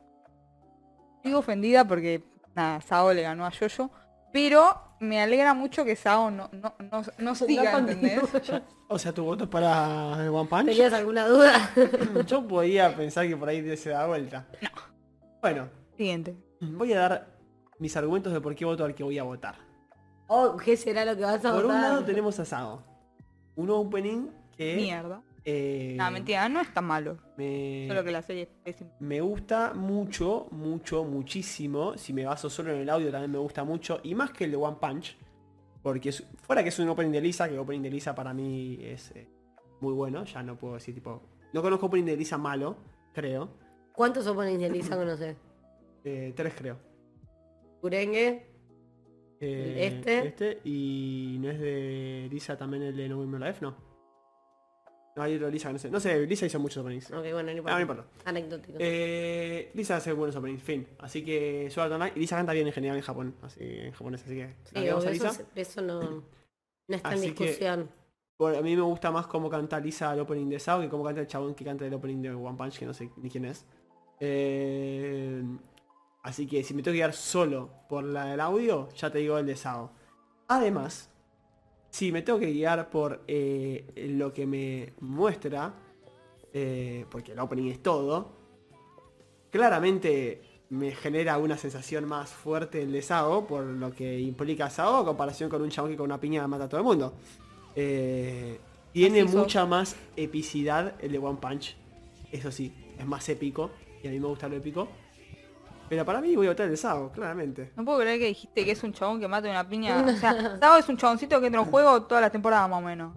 Sigo ofendida porque, nada, Sao le ganó a Yoyo. Pero me alegra mucho que Sao no, no, no, no siga, ¿entendés?
O sea, tu voto es para One Punch.
¿Tenías alguna duda?
Yo podía pensar que por ahí se da vuelta. No. Bueno,
Siguiente.
voy a dar mis argumentos de por qué voto al que voy a votar.
Oh, ¿qué será lo que vas a
Por un
votar?
lado tenemos a Sao. Un opening que...
Mierda.
Eh,
No, mentira, no es tan malo.
Me,
Solo que la serie es pésima.
me gusta mucho, mucho, muchísimo. Si me baso solo en el audio también me gusta mucho. Y más que el de One Punch. Porque es- fuera que es un opening de Lisa, que el opening de Lisa para mí es eh, muy bueno. Ya no puedo decir tipo... No conozco opening de Lisa malo, creo.
¿Cuántos openings de Lisa conoces?
Eh, tres creo.
Urenge,
Eh,
este.
Este. Y no es de Lisa también el de November Life, no. No hay otro de Lisa, que no sé. No sé, Lisa hizo muchos openings.
Ok, bueno, no importa.
Ah, no importa.
Anecdótico.
Eh, Lisa hace buenos openings, fin. Así que Sword Art Online. Y Lisa canta bien en general en Japón. Así en japonés, así que.
Sí,
la queremos
obvio,
a
eso,
Lisa.
es- eso no, no está en
Así que-
discusión.
Por- a mí me gusta más cómo canta Lisa el opening de Sao que cómo canta el chabón que canta el opening de One Punch, que no sé ni quién es. Eh, así que si me tengo que quedar solo por la del audio, ya te digo el de Sao. Además, si me tengo que guiar por eh, lo que me muestra, eh, porque el opening es todo, claramente me genera una sensación más fuerte el de Sao, por lo que implica Sao en comparación con un chabón que con una piña mata a todo el mundo. Eh, tiene
Así sos.
mucha más epicidad el de One Punch. Eso sí, es más épico. Y a mí me gusta lo épico. Pero para mí voy a votar el de Sao, claramente.
No puedo creer que dijiste que es un chabón que mata una piña. O sea, Sao es un chaboncito que entra en juego todas las temporadas más o menos.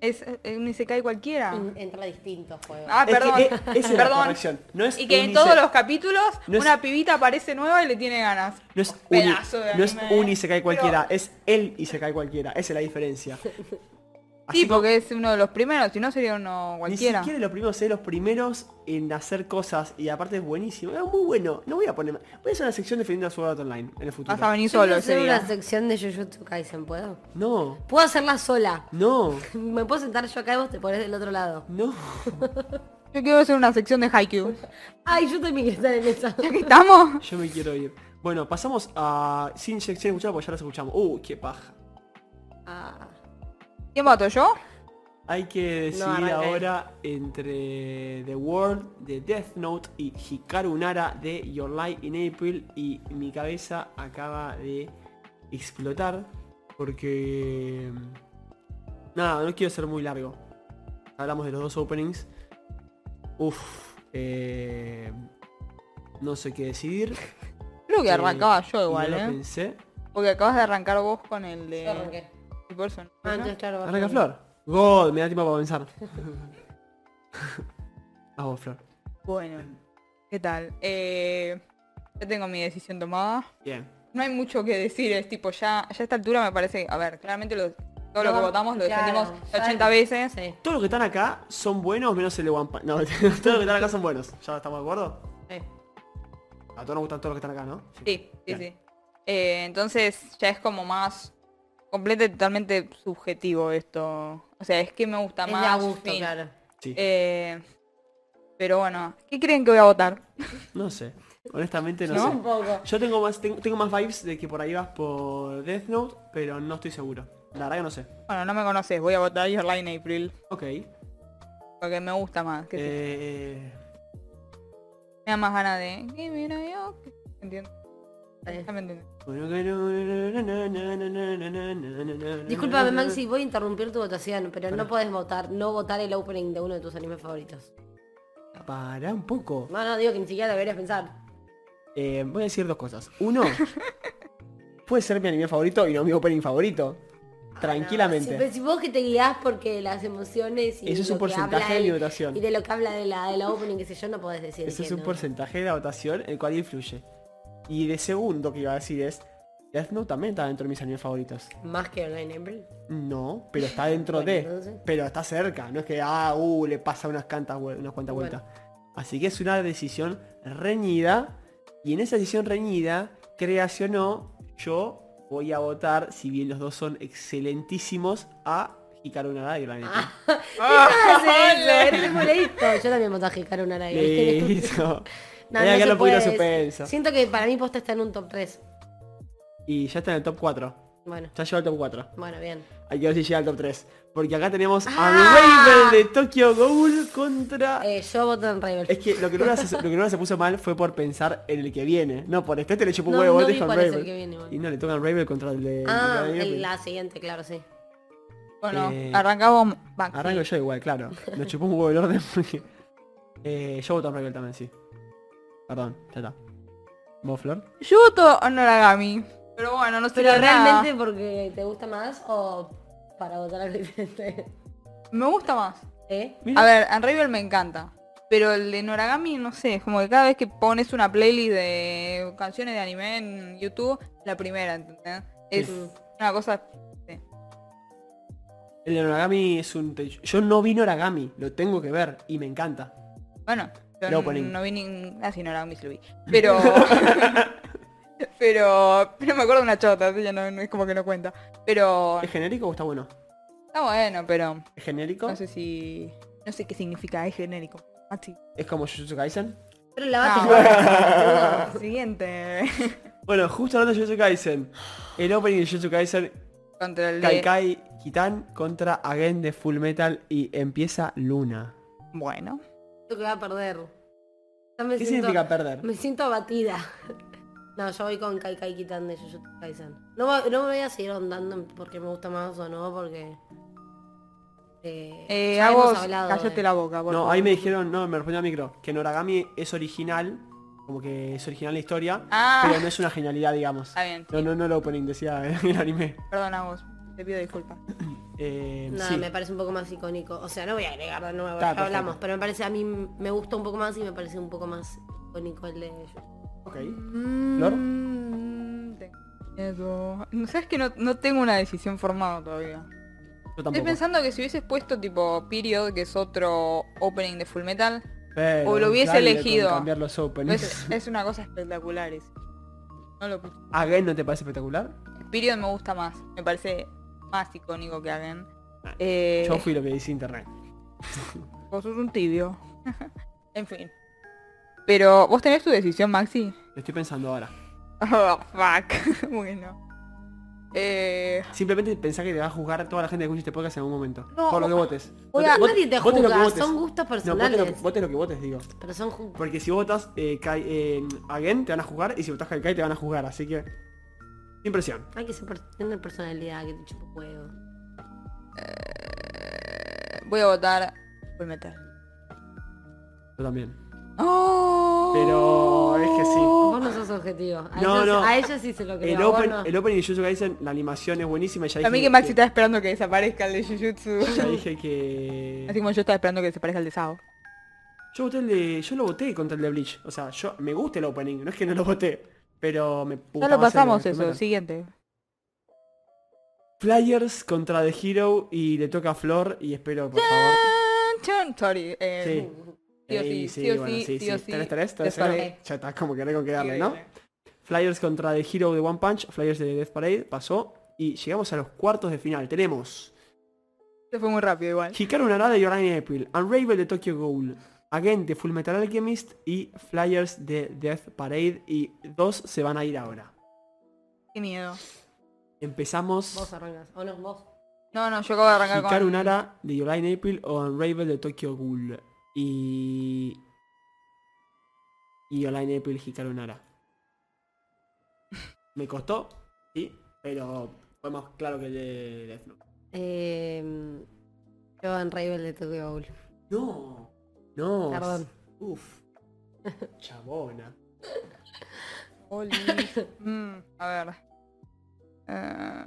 Es, es un Isekai
Ah.
cualquiera.
En- Entra distintos juegos.
Ah,
Es que,
perdón.
eh, esa es la
perdón.
corrección. No es
y que en
unisex-
todos los capítulos
no es-
una pibita aparece nueva y le tiene ganas.
No es, uni,
Pedazo de
no es
anime.
un Isekai
Pero-
cualquiera, es el Isekai cualquiera. Esa es la diferencia. Así
Sí, porque es uno de los primeros, si no sería uno cualquiera.
Ni siquiera los primeros, es los primeros en hacer cosas y aparte es buenísimo. Es muy bueno. No voy a poner. Voy a hacer una sección defendiendo a su online en el futuro.
Vas a venir
Yo quiero
solo ese
hacer
día.
una sección de Jujutsu Kaisen, ¿puedo?
No,
Puedo hacerla sola.
no,
Me puedo sentar yo acá y vos te pones del otro lado.
no.
Yo quiero hacer una sección de Haikyuu.
Ay, yo también quiero estar en esa.
¿Ya que estamos?
Yo me quiero ir. Bueno, pasamos a. Sin, sin escuchar porque ya las escuchamos. Uh, qué paja.
Ah,
¿Quién voto yo?
Hay que decidir
arranca él.
ahora entre The World de Death Note y Hikaru Nara de Your Light in April y mi cabeza acaba de explotar porque mm, nada, no quiero ser muy largo. Hablamos de los dos openings. Uf, eh, no sé qué decidir.
Creo que
Eh,
arrancaba yo
y no
igual,
lo
¿eh?
pensé.
Porque acabas de arrancar vos con el de...
Yo arranqué.
el bolso, ¿no?
Ah, entonces claro. vas
Arranca
tú.
Flor. God, me da tiempo para pensar. A vos, Flor.
Bueno, ¿qué tal? Eh, ya tengo mi decisión tomada.
Bien.
No hay mucho que decir, es tipo, ya, ya a esta altura me parece, a ver, claramente los- todo lo
No,
que votamos lo
claro,
defendimos
ya-
80 veces.
Sí,
Todos los que están acá son buenos menos el de One Punch. No, todos los que están acá son buenos. ¿Ya estamos de acuerdo?
sí.
A todos nos gustan todos los que están acá, ¿no?
Sí, sí,
Bien.
sí. Eh, entonces ya es como más completo y totalmente subjetivo esto. O sea, es que me gusta
Es de
más.
a gusto,
fin.
claro.
Sí.
Eh, pero bueno, ¿qué creen que voy a votar?
No sé. Honestamente no,
¿No?
sé.
Un poco.
Yo tengo más, tengo, tengo más vibes de que por ahí vas por Death Note, pero no estoy seguro. La verdad que no sé.
Bueno, no me conoces, voy a votar Your Lie in April.
Ok.
Porque me gusta más. qué sé yo.
Eh,
Me da más ganas de. "Give me the yoke", ¿Entiendes?
Está bien.
Ya me entiendes.
Eh,
Disculpame, Maxi, voy a interrumpir tu votación, pero no podés votar, no votar el opening de uno de tus animes favoritos.
Pará un poco.
No, no, digo que ni siquiera deberías pensar.
Eh, voy a decir dos cosas. Uno, puede ser mi anime favorito y no mi opening favorito. Tranquilamente.
No, si, pero si vos que te guiás porque las emociones y
Eso es
lo
un
que
porcentaje
habla
de mi
él-
votación.
Y de lo que habla de la, de la opening, qué sé yo, no podés decir.
Ese
que
es un
no.
porcentaje de la votación el cual influye. Y de segundo que iba a decir es, Death Note también está dentro de mis animes favoritos.
Más que Online April.
No, pero está dentro
Bueno,
de.
entonces.
Pero está cerca. No es que, ah, uh, le pasa unas, cantas, vue- unas cuantas
Bueno.
vueltas. Así que es una decisión reñida. Y en esa decisión reñida, creación o yo voy a votar, si bien los dos son excelentísimos, a Hikaru Nara y Gran
¡Ah, ¡Eres molesto! Yo también voté a Hikaru Narai.
Listo.
No,
Voy
no
a dejarlo
se
un poquito
puede.
suspenso.
Siento que para mí posta está en un top 3.
Y ya está en el top 4.
Bueno,
Ya llegó al top 4.
bueno, bien.
Hay que ver si llega al top 3. Porque acá tenemos
Ah.
a Raven de Tokyo Ghoul contra...
Eh, yo voto en Rival.
Es que lo que Luna se, lo que Luna se puso mal fue por pensar en el que viene. No, por este, este le chupó un
No,
huevo,
no
este
vi
es con
cuál es el
Ravel.
que viene, igual.
Y no, le tocan Ravel contra el de...
ah,
el de-
el- la siguiente, claro, sí.
Bueno,
Eh,
arrancamos. Maxi.
Arranco yo igual, claro. Nos chupó un huevo el orden porque... Eh, yo voto a Ravel también, sí. Perdón, ya está. ¿Vos, Flor?
Yo voto Honoragami. Pero bueno, no sé
Pero
nada.
realmente porque te gusta más o para votar algo diferente.
Me gusta más.
¿Eh?
Mira.
A ver, Unravel me encanta. Pero el de Noragami, no sé, es como que cada vez que pones una playlist de canciones de anime en YouTube, la primera, ¿entendés? Es
Sí.
una cosa...
El de Noragami es un... te- Yo no vi Noragami, lo tengo que ver y me encanta.
Bueno, yo
No
no,
ponen-
vi ni... Ah, sí, Noragami sí lo vi. Pero... pero... Pero me acuerdo de una chota, así que no, no- es como que no cuenta. Pero...
¿Es genérico o está bueno?
Está bueno, pero...
¿Es genérico?
Ah,
No sé si... No sé qué significa, es genérico. Ah, sí.
¿Es como Jujutsu Kaisen?
Pero la vas
Ah,
a
bueno. Siguiente.
Bueno, justo hablando de Jujutsu Kaisen. El opening de Jujutsu Kaisen
Contra el de...
Kaikai Kitan contra Again de Full Metal y empieza Luna.
Bueno.
Siento que va a perder. Ya me
¿Qué
siento-
significa perder?
Me siento abatida. No, yo voy con Kai Kai Kitan de Jujutsu Kaisen. No, voy- no me voy a seguir ondando en porque me gusta más o no, porque... Eh,
Eh,
ya
hago...
hemos hablado
Cállate
de-
la boca, por
No,
favor.
ahí me dijeron, no, me respondió al micro, que Noragami es original, como que es original la historia,
Ah.
pero no es una genialidad, digamos.
Está bien,
No, no, no el opening, decía el anime.
perdona vos, te pido disculpas.
Eh,
No,
sí.
me parece un poco más icónico. O sea, no voy a agregar de nuevo,
Está,
ya hablamos.
perfecto.
Pero me parece, a mí me gusta un poco más y me parece un poco más icónico el de
Ok.
¿Lor? Mm, Miedo. No sabes que no, no tengo una decisión formada todavía.
Yo
Estoy
tampoco.
pensando que si hubieses puesto tipo Period, que es otro opening de Full Metal,
Pero,
o lo hubiese
dale con
elegido. Pues, eh.
cambiar los openings.
es, es una cosa espectacular ese. No lo puse.
¿Again no te parece espectacular?
Period me gusta más, me parece más icónico que hagan.
Ah,
Eh,
Yo fui lo que dice internet.
Vos sos un tibio. en fin. Pero vos tenés tu decisión, Maxi.
Lo estoy pensando ahora.
Oh, fuck. bueno. Eh,
Simplemente pensá que te va a juzgar toda la gente que escucha este podcast en algún momento.
No,
por lo que
o-
votes.
Oye,
Vote- vote-
nadie te
votes lo que
juzga,
votes.
son
No,
gustos
votes lo,
personales.
que- votes lo que votes, digo.
pero son ju-
Porque si votas eh, Kai, eh, Again, te van a jugar. Y si votas Kaikai, te van a jugar. Así que... Sin presión.
Hay que ser per- tener personalidad, que te chupo huevo.
voy a votar Full Metal.
Yo también.
Oh.
Pero es que sí.
Vos no sos sos objetivo. A,
Uh. No,
ellos,
no.
a ellos sí se lo creo.
El,
a vos
open,
no.
el opening de Jujutsu Kaisen, la animación es buenísima. y Ya
A mí
dije
que Maxi está esperando que desaparezca el de Jujutsu.
Ya dije
Así
que...
como yo estaba esperando que desaparezca el de
Uh,
Sao.
Yo, voté el de, yo lo voté contra el de Bleach. O sea, yo me gusta el opening, no es que no lo voté. Pero me
No
putaba
lo
hacer
pasamos
que me
eso,
matan.
siguiente.
Flyers contra The Hero y le toca a Flor y espero, por favor.
Chan, Sorry. eh,
Sí.
Uh,
Sí o
Ey,
sí, sí o sí, sí o sí.
¿Tenés tres? ¿Tenés
Death
uno?
Parade.
Ya está, como que no hay con qué darle, ¿no? Flyers contra The Hero de One Punch, Flyers de Death Parade, pasó. Y llegamos a los cuartos de final. Tenemos
Se fue muy rápido igual.
Hikaru Narada y Orion April, Unravel de Tokyo Ghoul, Again de Full Metal Alchemist y Flyers de Death Parade. Y dos se van a ir ahora.
Qué miedo.
Vos
Empezamos
arrancas. O no, vos.
No, no, yo acabo de arrancar con...
Hikaru Nara de Orion April o Unravel de Tokyo Ghoul. Y... Y Orion April Hikaru Nara. Me costó, sí, pero fue más claro que el de Death Note.
Eh, yo en Ravel de Tokyo Ghoul.
No, no.
Perdón.
Uf. Chabona.
Oli. Mm, a ver. Eh,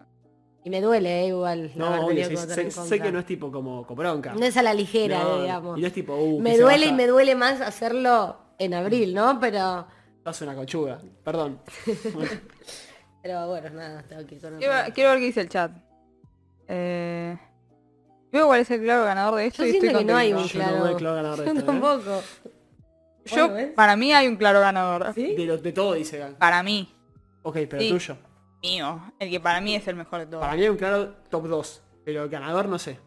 Y me duele, eh, igual.
No,
haber
obvio,
tenido
sé,
que votar
sé-
en
sé
contra.
que no es tipo como con bronca.
No es a la ligera,
No,
digamos.
Y no es tipo, uh,
me
que se
duele y
vaya.
me duele más hacerlo en abril, ¿no? Pero,
Sos una cochuda, perdón.
pero bueno, nada, tengo que ir con
quiero,
otra.
quiero ver qué dice el chat. Eh, veo cuál es el claro ganador de esto
Yo
y estoy
siento que no hay un
contenta.
Yo no veo claro ganador de
Yo
esto, ¿eh?
tampoco.
Yo,
Bueno, ¿ves?
para mí hay un claro ganador.
De, lo- de todo dice Gal.
Para mí.
Ok, pero
Sí.
tuyo.
Mío. El que para mí es el mejor de todos.
Para mí hay un claro top 2, pero ganador no sé.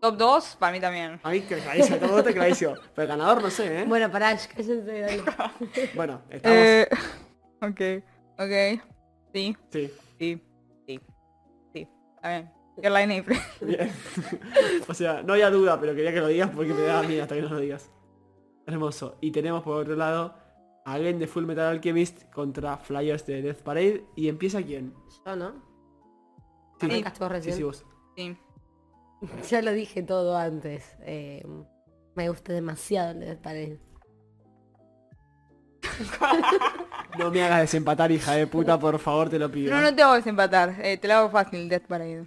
Top 2, para mí también.
A mí que clarísimo, top 2 está clarísimo. Pero ganador no sé, ¿eh? Bueno,
Bueno, pará, cállense, dale.
estamos...
Eh, ok, ok. Sí,
Sí.
sí, sí. Sí. A ver. Caroline April.
Bien. o sea, no había duda, pero quería que lo digas porque me daba miedo hasta que no lo digas. Hermoso. Y tenemos por otro lado a Glenn de Full Metal Alchemist contra Flyers de Death Parade. ¿Y empieza quién?
Yo no.
Sí,
Arrancaste vos
sí,
recién.
sí, vos.
Sí.
Ya lo dije todo antes. eh, me gusta demasiado el de Pared.
No me hagas desempatar, hija de puta, por favor, te lo pido.
No, no te hago desempatar. Eh, te la hago fácil, Death Parade.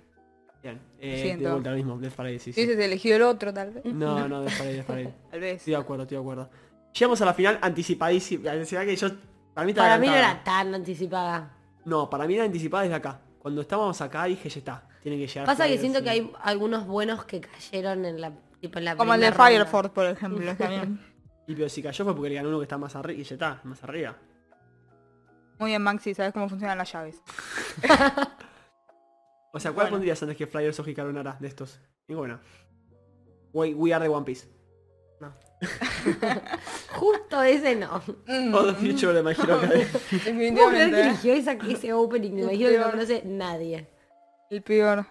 Bien. Eh,
Lo
de
siento.
vuelta lo mismo, Death Parade, sí,
Si
sí.
hubieses elegido el otro, tal vez.
No, no, Death Parade, Death Parade.
Tal vez.
Estoy de acuerdo, estoy de acuerdo. Llegamos a la final anticipadísima. la ansiedad que yo... Para mí, estaba
Para mí no
adelantada.
era tan anticipada.
No, para mí era anticipada desde acá. Cuando estábamos acá dije, ya está. Tiene que llegar.
Pasa que
Flyers
siento
y-
que hay algunos buenos que cayeron en la, tipo, en la
Como el de
primera ronda.
Fire Force, por ejemplo, también.
Y pero si cayó fue porque le ganó uno que está más arriba y ya está, más arriba.
Muy bien, Maxi, sabes cómo funcionan las llaves.
O sea, ¿cuál
Bueno.
pondrías antes que Flyers o Hikaru Nara de estos? Ninguna. We, we are the One Piece.
Justo ese no.
O
Oh,
the future de My Hero Academia. ¿eh?
¿Puedo creer que
Definitivamente. ¿eh?
eligió esa- ese opening? Me
El
imagino que no
peor.
conoce nadie.
El peor.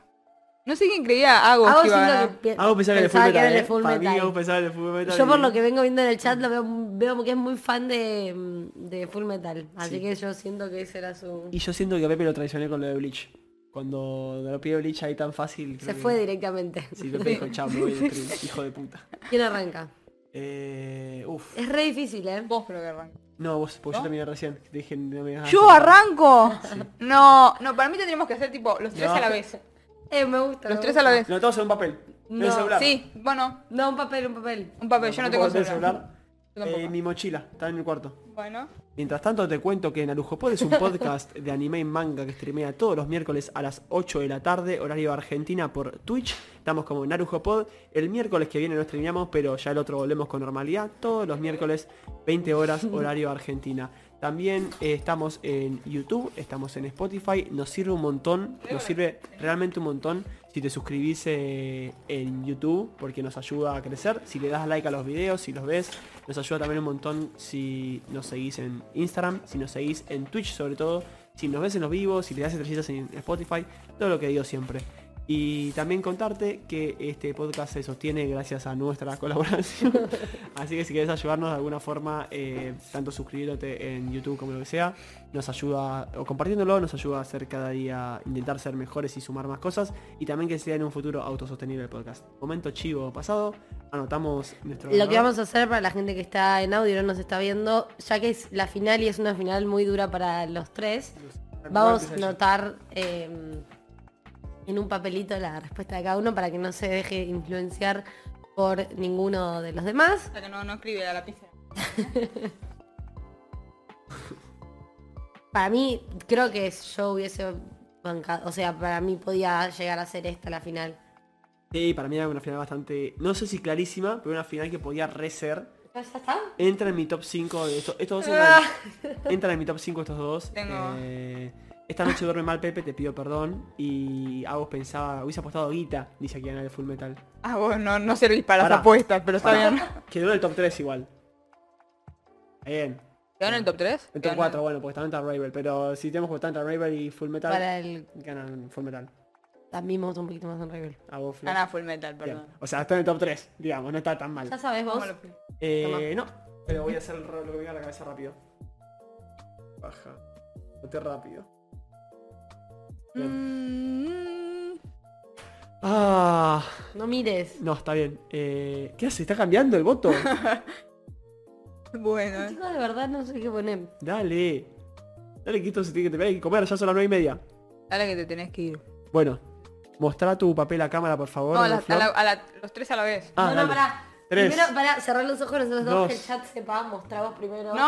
No sé quién creía Agos
Hago
que iba a
siento
ganar.
que pi-
Hago pensar que le fue
pensaba que
metal.
era el de
eh.
Full
Para mí
Metal.
hago pensar en el full metal.
Yo por
y-
lo que vengo viendo en el chat lo veo, veo que es muy fan de, mm, de Full Metal. Así
Sí.
que yo siento que ese era su...
Y yo siento que a Pepe lo traicioné con lo de Bleach. Cuando lo pide Bleach ahí tan fácil. creo
Se
que-
fue directamente.
Sí, Pepe dijo, chao, me voy del stream, hijo de puta.
¿Quién arranca?
Eh. Uf.
Es re difícil, ¿eh?
Vos creo que arranco.
No, vos, porque
¿No?
yo terminé recién. Te dije, no me hagas
¡Yo
hacer-
arranco! No, no, para mí tendríamos que hacer tipo los tres
No.
a la vez.
Eh, me gusta.
Los
me
tres
gusta.
a la vez.
No, todos en un papel. No, en
No,
celular.
Sí, bueno,
No, un papel, un papel.
un papel, yo no tengo
puedo
celular.
hacer
Yo tampoco.
Eh, mi mochila, está en el cuarto.
Bueno,
Mientras tanto te cuento que Narujopod es un podcast de anime y manga que streamea todos los miércoles a las 8 de la tarde, horario Argentina por Twitch. Estamos como Narujopod. El miércoles que viene no streameamos, pero ya el otro volvemos con normalidad. Todos los miércoles 20 horas, horario Argentina. También eh, estamos en YouTube, estamos en Spotify. Nos sirve un montón, nos sirve realmente un montón si te suscribís eh, en YouTube porque nos ayuda a crecer. Si le das like a los videos, si los ves, nos ayuda también un montón si nos seguís en Instagram, si nos seguís en Twitch sobre todo, si nos ves en los vivos, si le das estrellitas en Spotify, todo lo que digo siempre. Y también contarte que este podcast se sostiene gracias a nuestra colaboración. Así que si quieres ayudarnos de alguna forma, eh, tanto suscribiéndote en YouTube como lo que sea, nos ayuda, o compartiéndolo, nos ayuda a hacer cada día, intentar ser mejores y sumar más cosas. Y también que sea en un futuro autosostenible el podcast. Momento chivo pasado, anotamos nuestro...
Lo que
ganador.
vamos a hacer para la gente que está en audio y no nos está viendo, ya que es la final y es una final muy dura para los tres, vamos a anotar eh, en un papelito la respuesta de cada uno para que no se deje influenciar por ninguno de los demás.
O sea que no, no escribe a la pizarra.
Para mí, creo que yo hubiese bancado, o sea, para mí podía llegar a ser esta la final.
Sí, para mí era una final bastante, no sé si clarísima, pero una final que podía reser.
¿Ya está?
Entra en mi top 5 de estos, estos dos.
Ah.
Entran, entran en mi top 5 estos dos.
Tengo-
Eh, esta noche duerme mal Pepe, te pido perdón. Y Agos pensaba, hubiese apostado guita, dice aquí en el Full Metal.
Ah, vos no, no servís para,
Pará.
las apuestas, pero está
Pará.
bien.
Quedó en el top 3 igual. Bien.
¿Quedó en el top 3?
El top 4, bueno, porque también está Ravel. Pero si tenemos que tanto Ravel y Full Metal,
Para el...
ganan Full Metal.
También me gusta un poquito más en Rebel.
Agos Flor.
Ganá Ah, full metal,
Bien.
perdón.
O sea, está en el top 3, digamos, no está tan mal.
Ya sabes vos.
¿Cómo lo-
Eh, no, pero voy a hacer lo que me venga a la cabeza rápido. Baja. Bote rápido.
Mm,
Ah,
No mires.
no, está bien. Eh, ¿Qué hace? ¿Está cambiando el voto?
bueno, eh.
Chicos, de verdad no sé qué poner.
Dale. Dale, que esto se tiene que terminar de comer, ya son las 9 y media.
dale que te tenés que ir.
Bueno, mostrá tu papel a cámara, por favor.
No, a, la-
Flor.
a la- a la- los tres a la vez.
Ah,
no,
dale.
no, pará.
Tres.
Primero, pará, cerrar los ojos nosotros dos,
Dos.
que el chat sepa, mostrar vos primero.
¡No!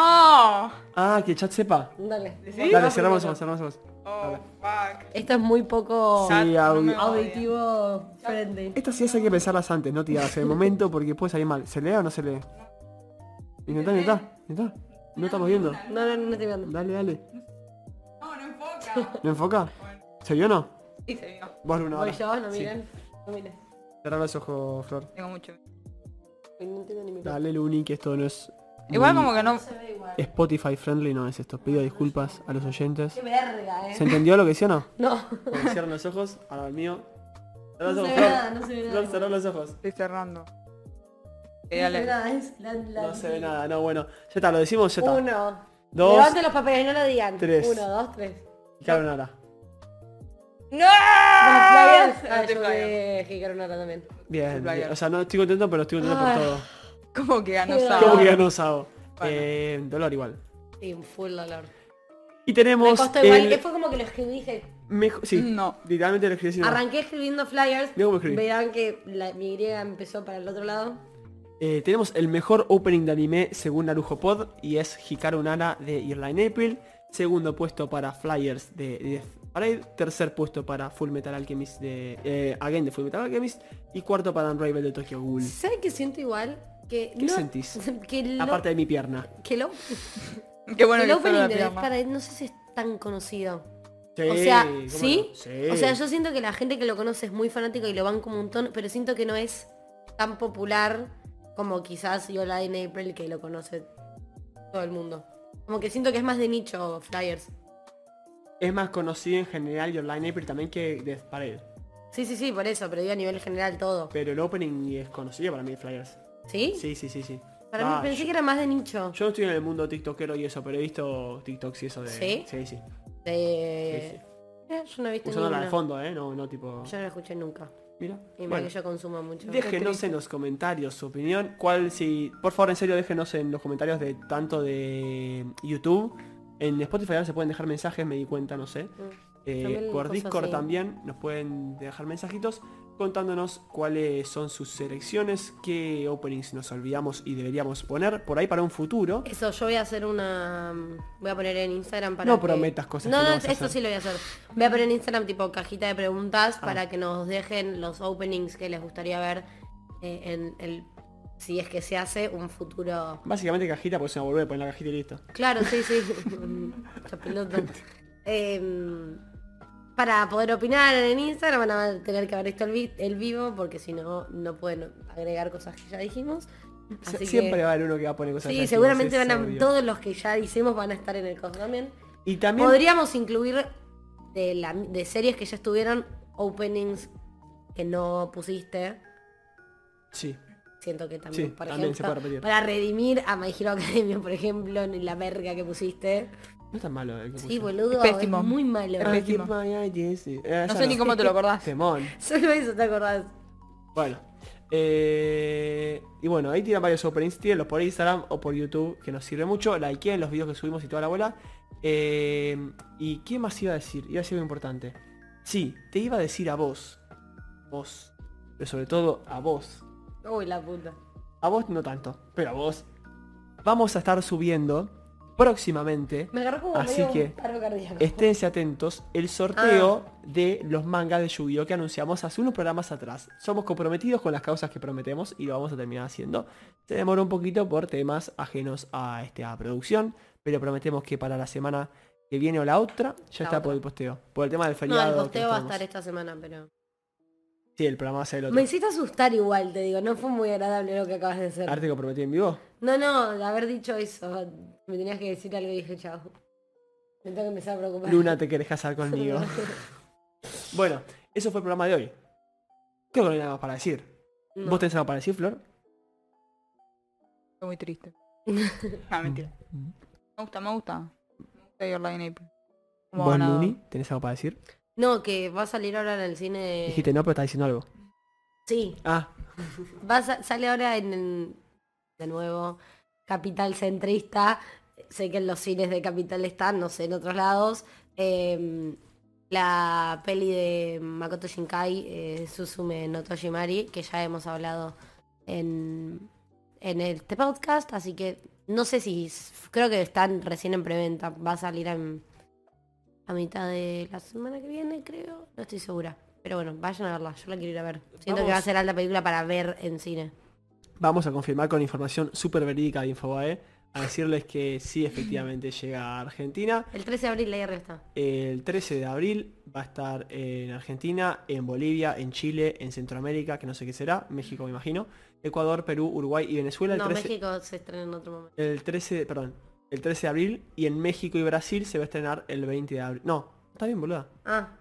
Ah, que el chat sepa.
Dale.
¿Sí?
Dale, cerramos, cerramos, cerramos.
Oh, fuck.
Esto es muy poco
Sí, audio.
me odia.
auditivo friendly.
Estas ideas hay que pensarlas antes, no tirarlas en el momento porque puede salir mal. ¿Se lee o no se lee? Intentá, intentá, intentá. No estamos viendo.
No, no, no estoy viendo.
Dale, dale.
No, no enfoca.
¿Me enfoca? ¿Se vio o no?
Sí, se vio.
Vos, Luna.
Voy
ahora.
yo, no
Sí.
miren. No miren.
Cerrá los ojos, Flor.
Tengo mucho.
No tengo ni mi
Dale, Luni, que esto no es...
Igual
muy
como que no...
se ve igual.
Spotify friendly, no es esto. Pido disculpas a los oyentes.
Qué verga, eh.
¿Se entendió lo que decía o no?
No.
Cierran los ojos, ahora el mío. Cerrá los
No
ojos,
se ve
Flor.
nada, no se ve
Flor,
nada.
cerrá los ojos.
Estoy cerrando.
No se ve
Eh, dale.
nada, es la- la-
No se ve nada, no, bueno. Ya está, lo decimos, ya está.
Uno.
Dos.
Levanten los papeles, no lo digan.
Tres.
Uno, dos, tres.
Y Carol Nara.
¡No!
Los flyers.
Ah,
Ah,
estoy
yo
flyers.
me dejaron una también.
Bien,
Flyer.
bien. o sea, no estoy contento, pero estoy contento
Ah.
por todo.
¿Cómo que ganó
Qué
Saba?
¿Cómo que ganó Sao?
Bueno.
Eh, dolor igual.
Sí, un full dolor.
Y
Me
tenemos
costó igual,
el
que fue como que lo escribí, dije,
mejo- Sí,
No.
literalmente lo escribí así, no.
arranqué escribiendo flyers,
Mirá cómo escribí.
verán que la, mi Y empezó para el otro lado.
Eh, tenemos el mejor opening de anime según Narujo Pod y es Hikaru Nana de Irline April. Segundo puesto para Flyers de Death Parade. Tercer puesto para Full Metal Alchemist de. eh, again de Full Metal Alchemist. Y cuarto para Unravel de Tokyo Ghoul.
¿Sabes qué siento igual? Que
¿Qué
no-
sentís?
Que lo,
Aparte de mi pierna.
que lo-
Qué bueno
el
que solo
opening
la
de Death
pierna.
Parade no sé si es tan conocido.
Sí,
O sea,
¿cómo
¿sí?
no? Sí.
O sea, yo siento que la gente que lo conoce es muy fanática y lo van como un montón, pero siento que no es tan popular como quizás Yola en April que lo conoce todo el mundo. Como que siento que es más de nicho Flyers. Es
Es más conocido en general Irline April también que Death Parade.
Sí, sí, sí, por eso, pero digo a nivel general todo.
Pero el opening es conocido para mí de Flyers.
¿Sí?
Sí, sí, sí, sí.
Para
Ah,
mí pensé que era más de nicho.
Yo no estoy en el mundo tiktokero y eso, pero he visto TikToks y eso de...
¿Sí?
Sí, sí. Sí,
De-
sí.
Eh, Yo no he visto
Usándola de
ninguno.
fondo, ¿eh? No, no tipo...
Yo no lo escuché nunca.
Mira.
Y mira
Bueno,
que yo consumo mucho.
déjenos en los comentarios su opinión. ¿Cuál si... Por favor, en serio, déjenos en los comentarios de tanto de YouTube. En Spotify ahora se pueden dejar mensajes, me di cuenta, no sé.
Mm.
Eh,
También
por
cosas
Discord
así.
también nos pueden dejar mensajitos contándonos cuáles son sus selecciones, qué openings nos olvidamos y deberíamos poner por ahí para un futuro.
Eso, yo voy a hacer una... mm, Voy a poner en Instagram para
No
que-
prometas cosas
No,
que no
no,
vas a
eso
hacer. Ah.
sí lo voy a hacer. Voy a poner en Instagram tipo cajita de preguntas para que nos dejen los openings que les gustaría ver eh, en el... Si es que se hace un futuro...
Básicamente cajita, porque se me volver a poner la cajita y listo.
Claro, sí, sí. Mucha pelota. Em, para poder opinar en Instagram van a tener que haber visto el, vi- el vivo porque si no, no pueden agregar cosas que ya dijimos.
Sie-
Así que-
Siempre va a haber uno que va a poner cosas.
Sí,
negativas,
seguramente
es
van a,
obvio.
todos los que ya hicimos van a estar en el coso también.
Y también
Podríamos incluir de, la, de series que ya estuvieron openings que no pusiste.
Sí.
Siento que también,
Sí,
por
también se
ejemplo,
puede repetir.
para redimir a My Hero Academia, por ejemplo, en la verga que pusiste.
No es tan malo eh, el que
Sí,
puse.
boludo,
Es
es,
pésimo.
muy malo.
Es
I keep
pésimo.
my ideas, sí. Eh,
No
esa
sé ni cómo te lo acordás.
Temón.
Solo eso te acordás.
Bueno. eh, y bueno, ahí tiran varios openings, tírenlos por Instagram o por YouTube, que nos sirve mucho. Likeen los videos que subimos y toda la bola. Eh, ¿Y qué más iba a decir? Iba a decir algo importante. Sí, te iba a decir a vos. Vos. Pero sobre todo a vos.
Uy, la puta.
A vos no tanto, pero a vos. Vamos a estar subiendo próximamente.
Me agarró como
Así
medio
que, este
un paro cardíaco.
Esténse atentos, el sorteo
Ah.
de los mangas de Yu-Gi-Oh! que anunciamos hace unos programas atrás. Somos comprometidos con las causas que prometemos y lo vamos a terminar haciendo. Se demoró un poquito por temas ajenos a esta producción, pero prometemos que para la semana que viene o la otra ya
La
está
otra.
por el posteo. Por el tema del
No,
feriado.
el
que
posteo va a
estamos.
estar esta semana, pero...
Sí, el programa va a ser el otro.
Me hiciste asustar igual, te digo. No fue muy agradable lo que acabas de hacer.
Arte comprometido en vivo.
No, no, de haber dicho eso. Me tenías que decir algo y dije, chao. Me tengo que empezar a preocupar.
Luna, te querés casar conmigo. bueno, eso fue el programa de hoy. Creo que no hay nada más para decir.
No.
¿Vos tenés algo para decir, Flor?
Estoy muy triste. Ah, mentira.
Mm.
Me gusta, me gusta. Me gusta Your Lie in April. Como
¿Vos,
ganador.
Luni, tenés algo para decir?
No, que va a salir ahora en el cine...
Dijiste no, pero estás diciendo algo.
Sí,
Ah,
va a sa- sale ahora en, el- de nuevo Capital Centrista. Sé que en los cines de Capital están, no sé, en otros lados. Em, la peli de Makoto Shinkai, eh, Susume no Toshimari, que ya hemos hablado en, en este podcast, así que no sé si, creo que están recién en preventa, va a salir en- a mitad de la semana que viene, creo, no estoy segura. Pero bueno, vayan a verla, yo la quiero ir a ver. Siento que va a
Vamos.
ser alta película para ver en cine.
vamos a confirmar con información súper verídica de Infobae. A decirles que sí, efectivamente llega a Argentina.
El 13 de abril la guerra está.
El 13 de abril va a estar en Argentina, en Bolivia, en Chile, en Centroamérica, que no sé qué será, México me imagino, Ecuador, Perú, Uruguay y Venezuela. El
No,
13,
México se estrena en otro momento.
el 13, perdón, el 13 de abril y en México y Brasil se va a estrenar el 20 de abril. No, está bien, boluda.
Ah,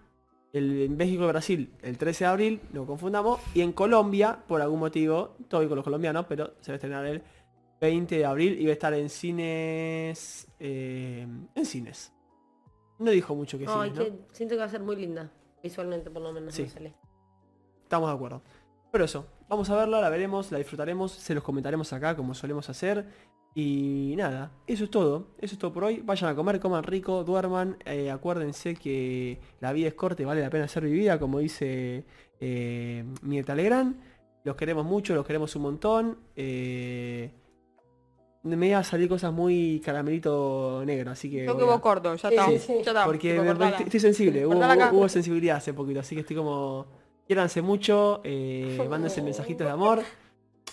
el en México y Brasil el 13 de abril, no confundamos, y en Colombia, por algún motivo, todo con los colombianos, pero se va a estrenar el 20 de abril y va a estar en cines... eh, en cines. No dijo mucho que
Ay,
cines, ¿no?
que- siento que va a ser muy linda, visualmente por lo menos.
Sí.
no sale.
Estamos de acuerdo. Pero eso, vamos a verla, la veremos, la disfrutaremos, se los comentaremos acá como solemos hacer. Y nada, eso es todo. Eso es todo por hoy. Vayan a comer, coman rico, duerman. eh, acuérdense que la vida es corta y vale la pena ser vivida, como dice eh, Mirta Legrand. Los queremos mucho, los queremos un montón. eh, me iba a salir cosas muy caramelito negro, así que...
Yo que
voy a-
vos corto, ya
Sí,
está.
sí, sí.
Ya está.
porque
tipo,
me- me-
cortala.
estoy sensible, hubo,
Cortala acá.
hubo sensibilidad hace poquito, así que estoy como... Quiéranse mucho, eh, mándense mensajitos de amor.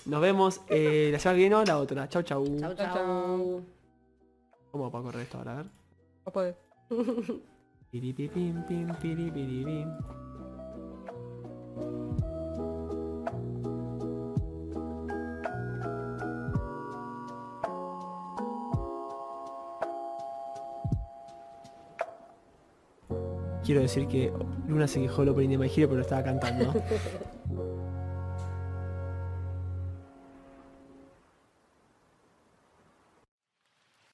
Nos vemos eh, la semana que viene o la otra. Chau, chau.
Chau,
Chau,
chau.
¿Cómo para correr esto ahora? A ver.
Vos podés.
Piripipim, pim, piripiripim. Quiero decir que Luna se quejó del opening de My Hero, pero lo estaba cantando.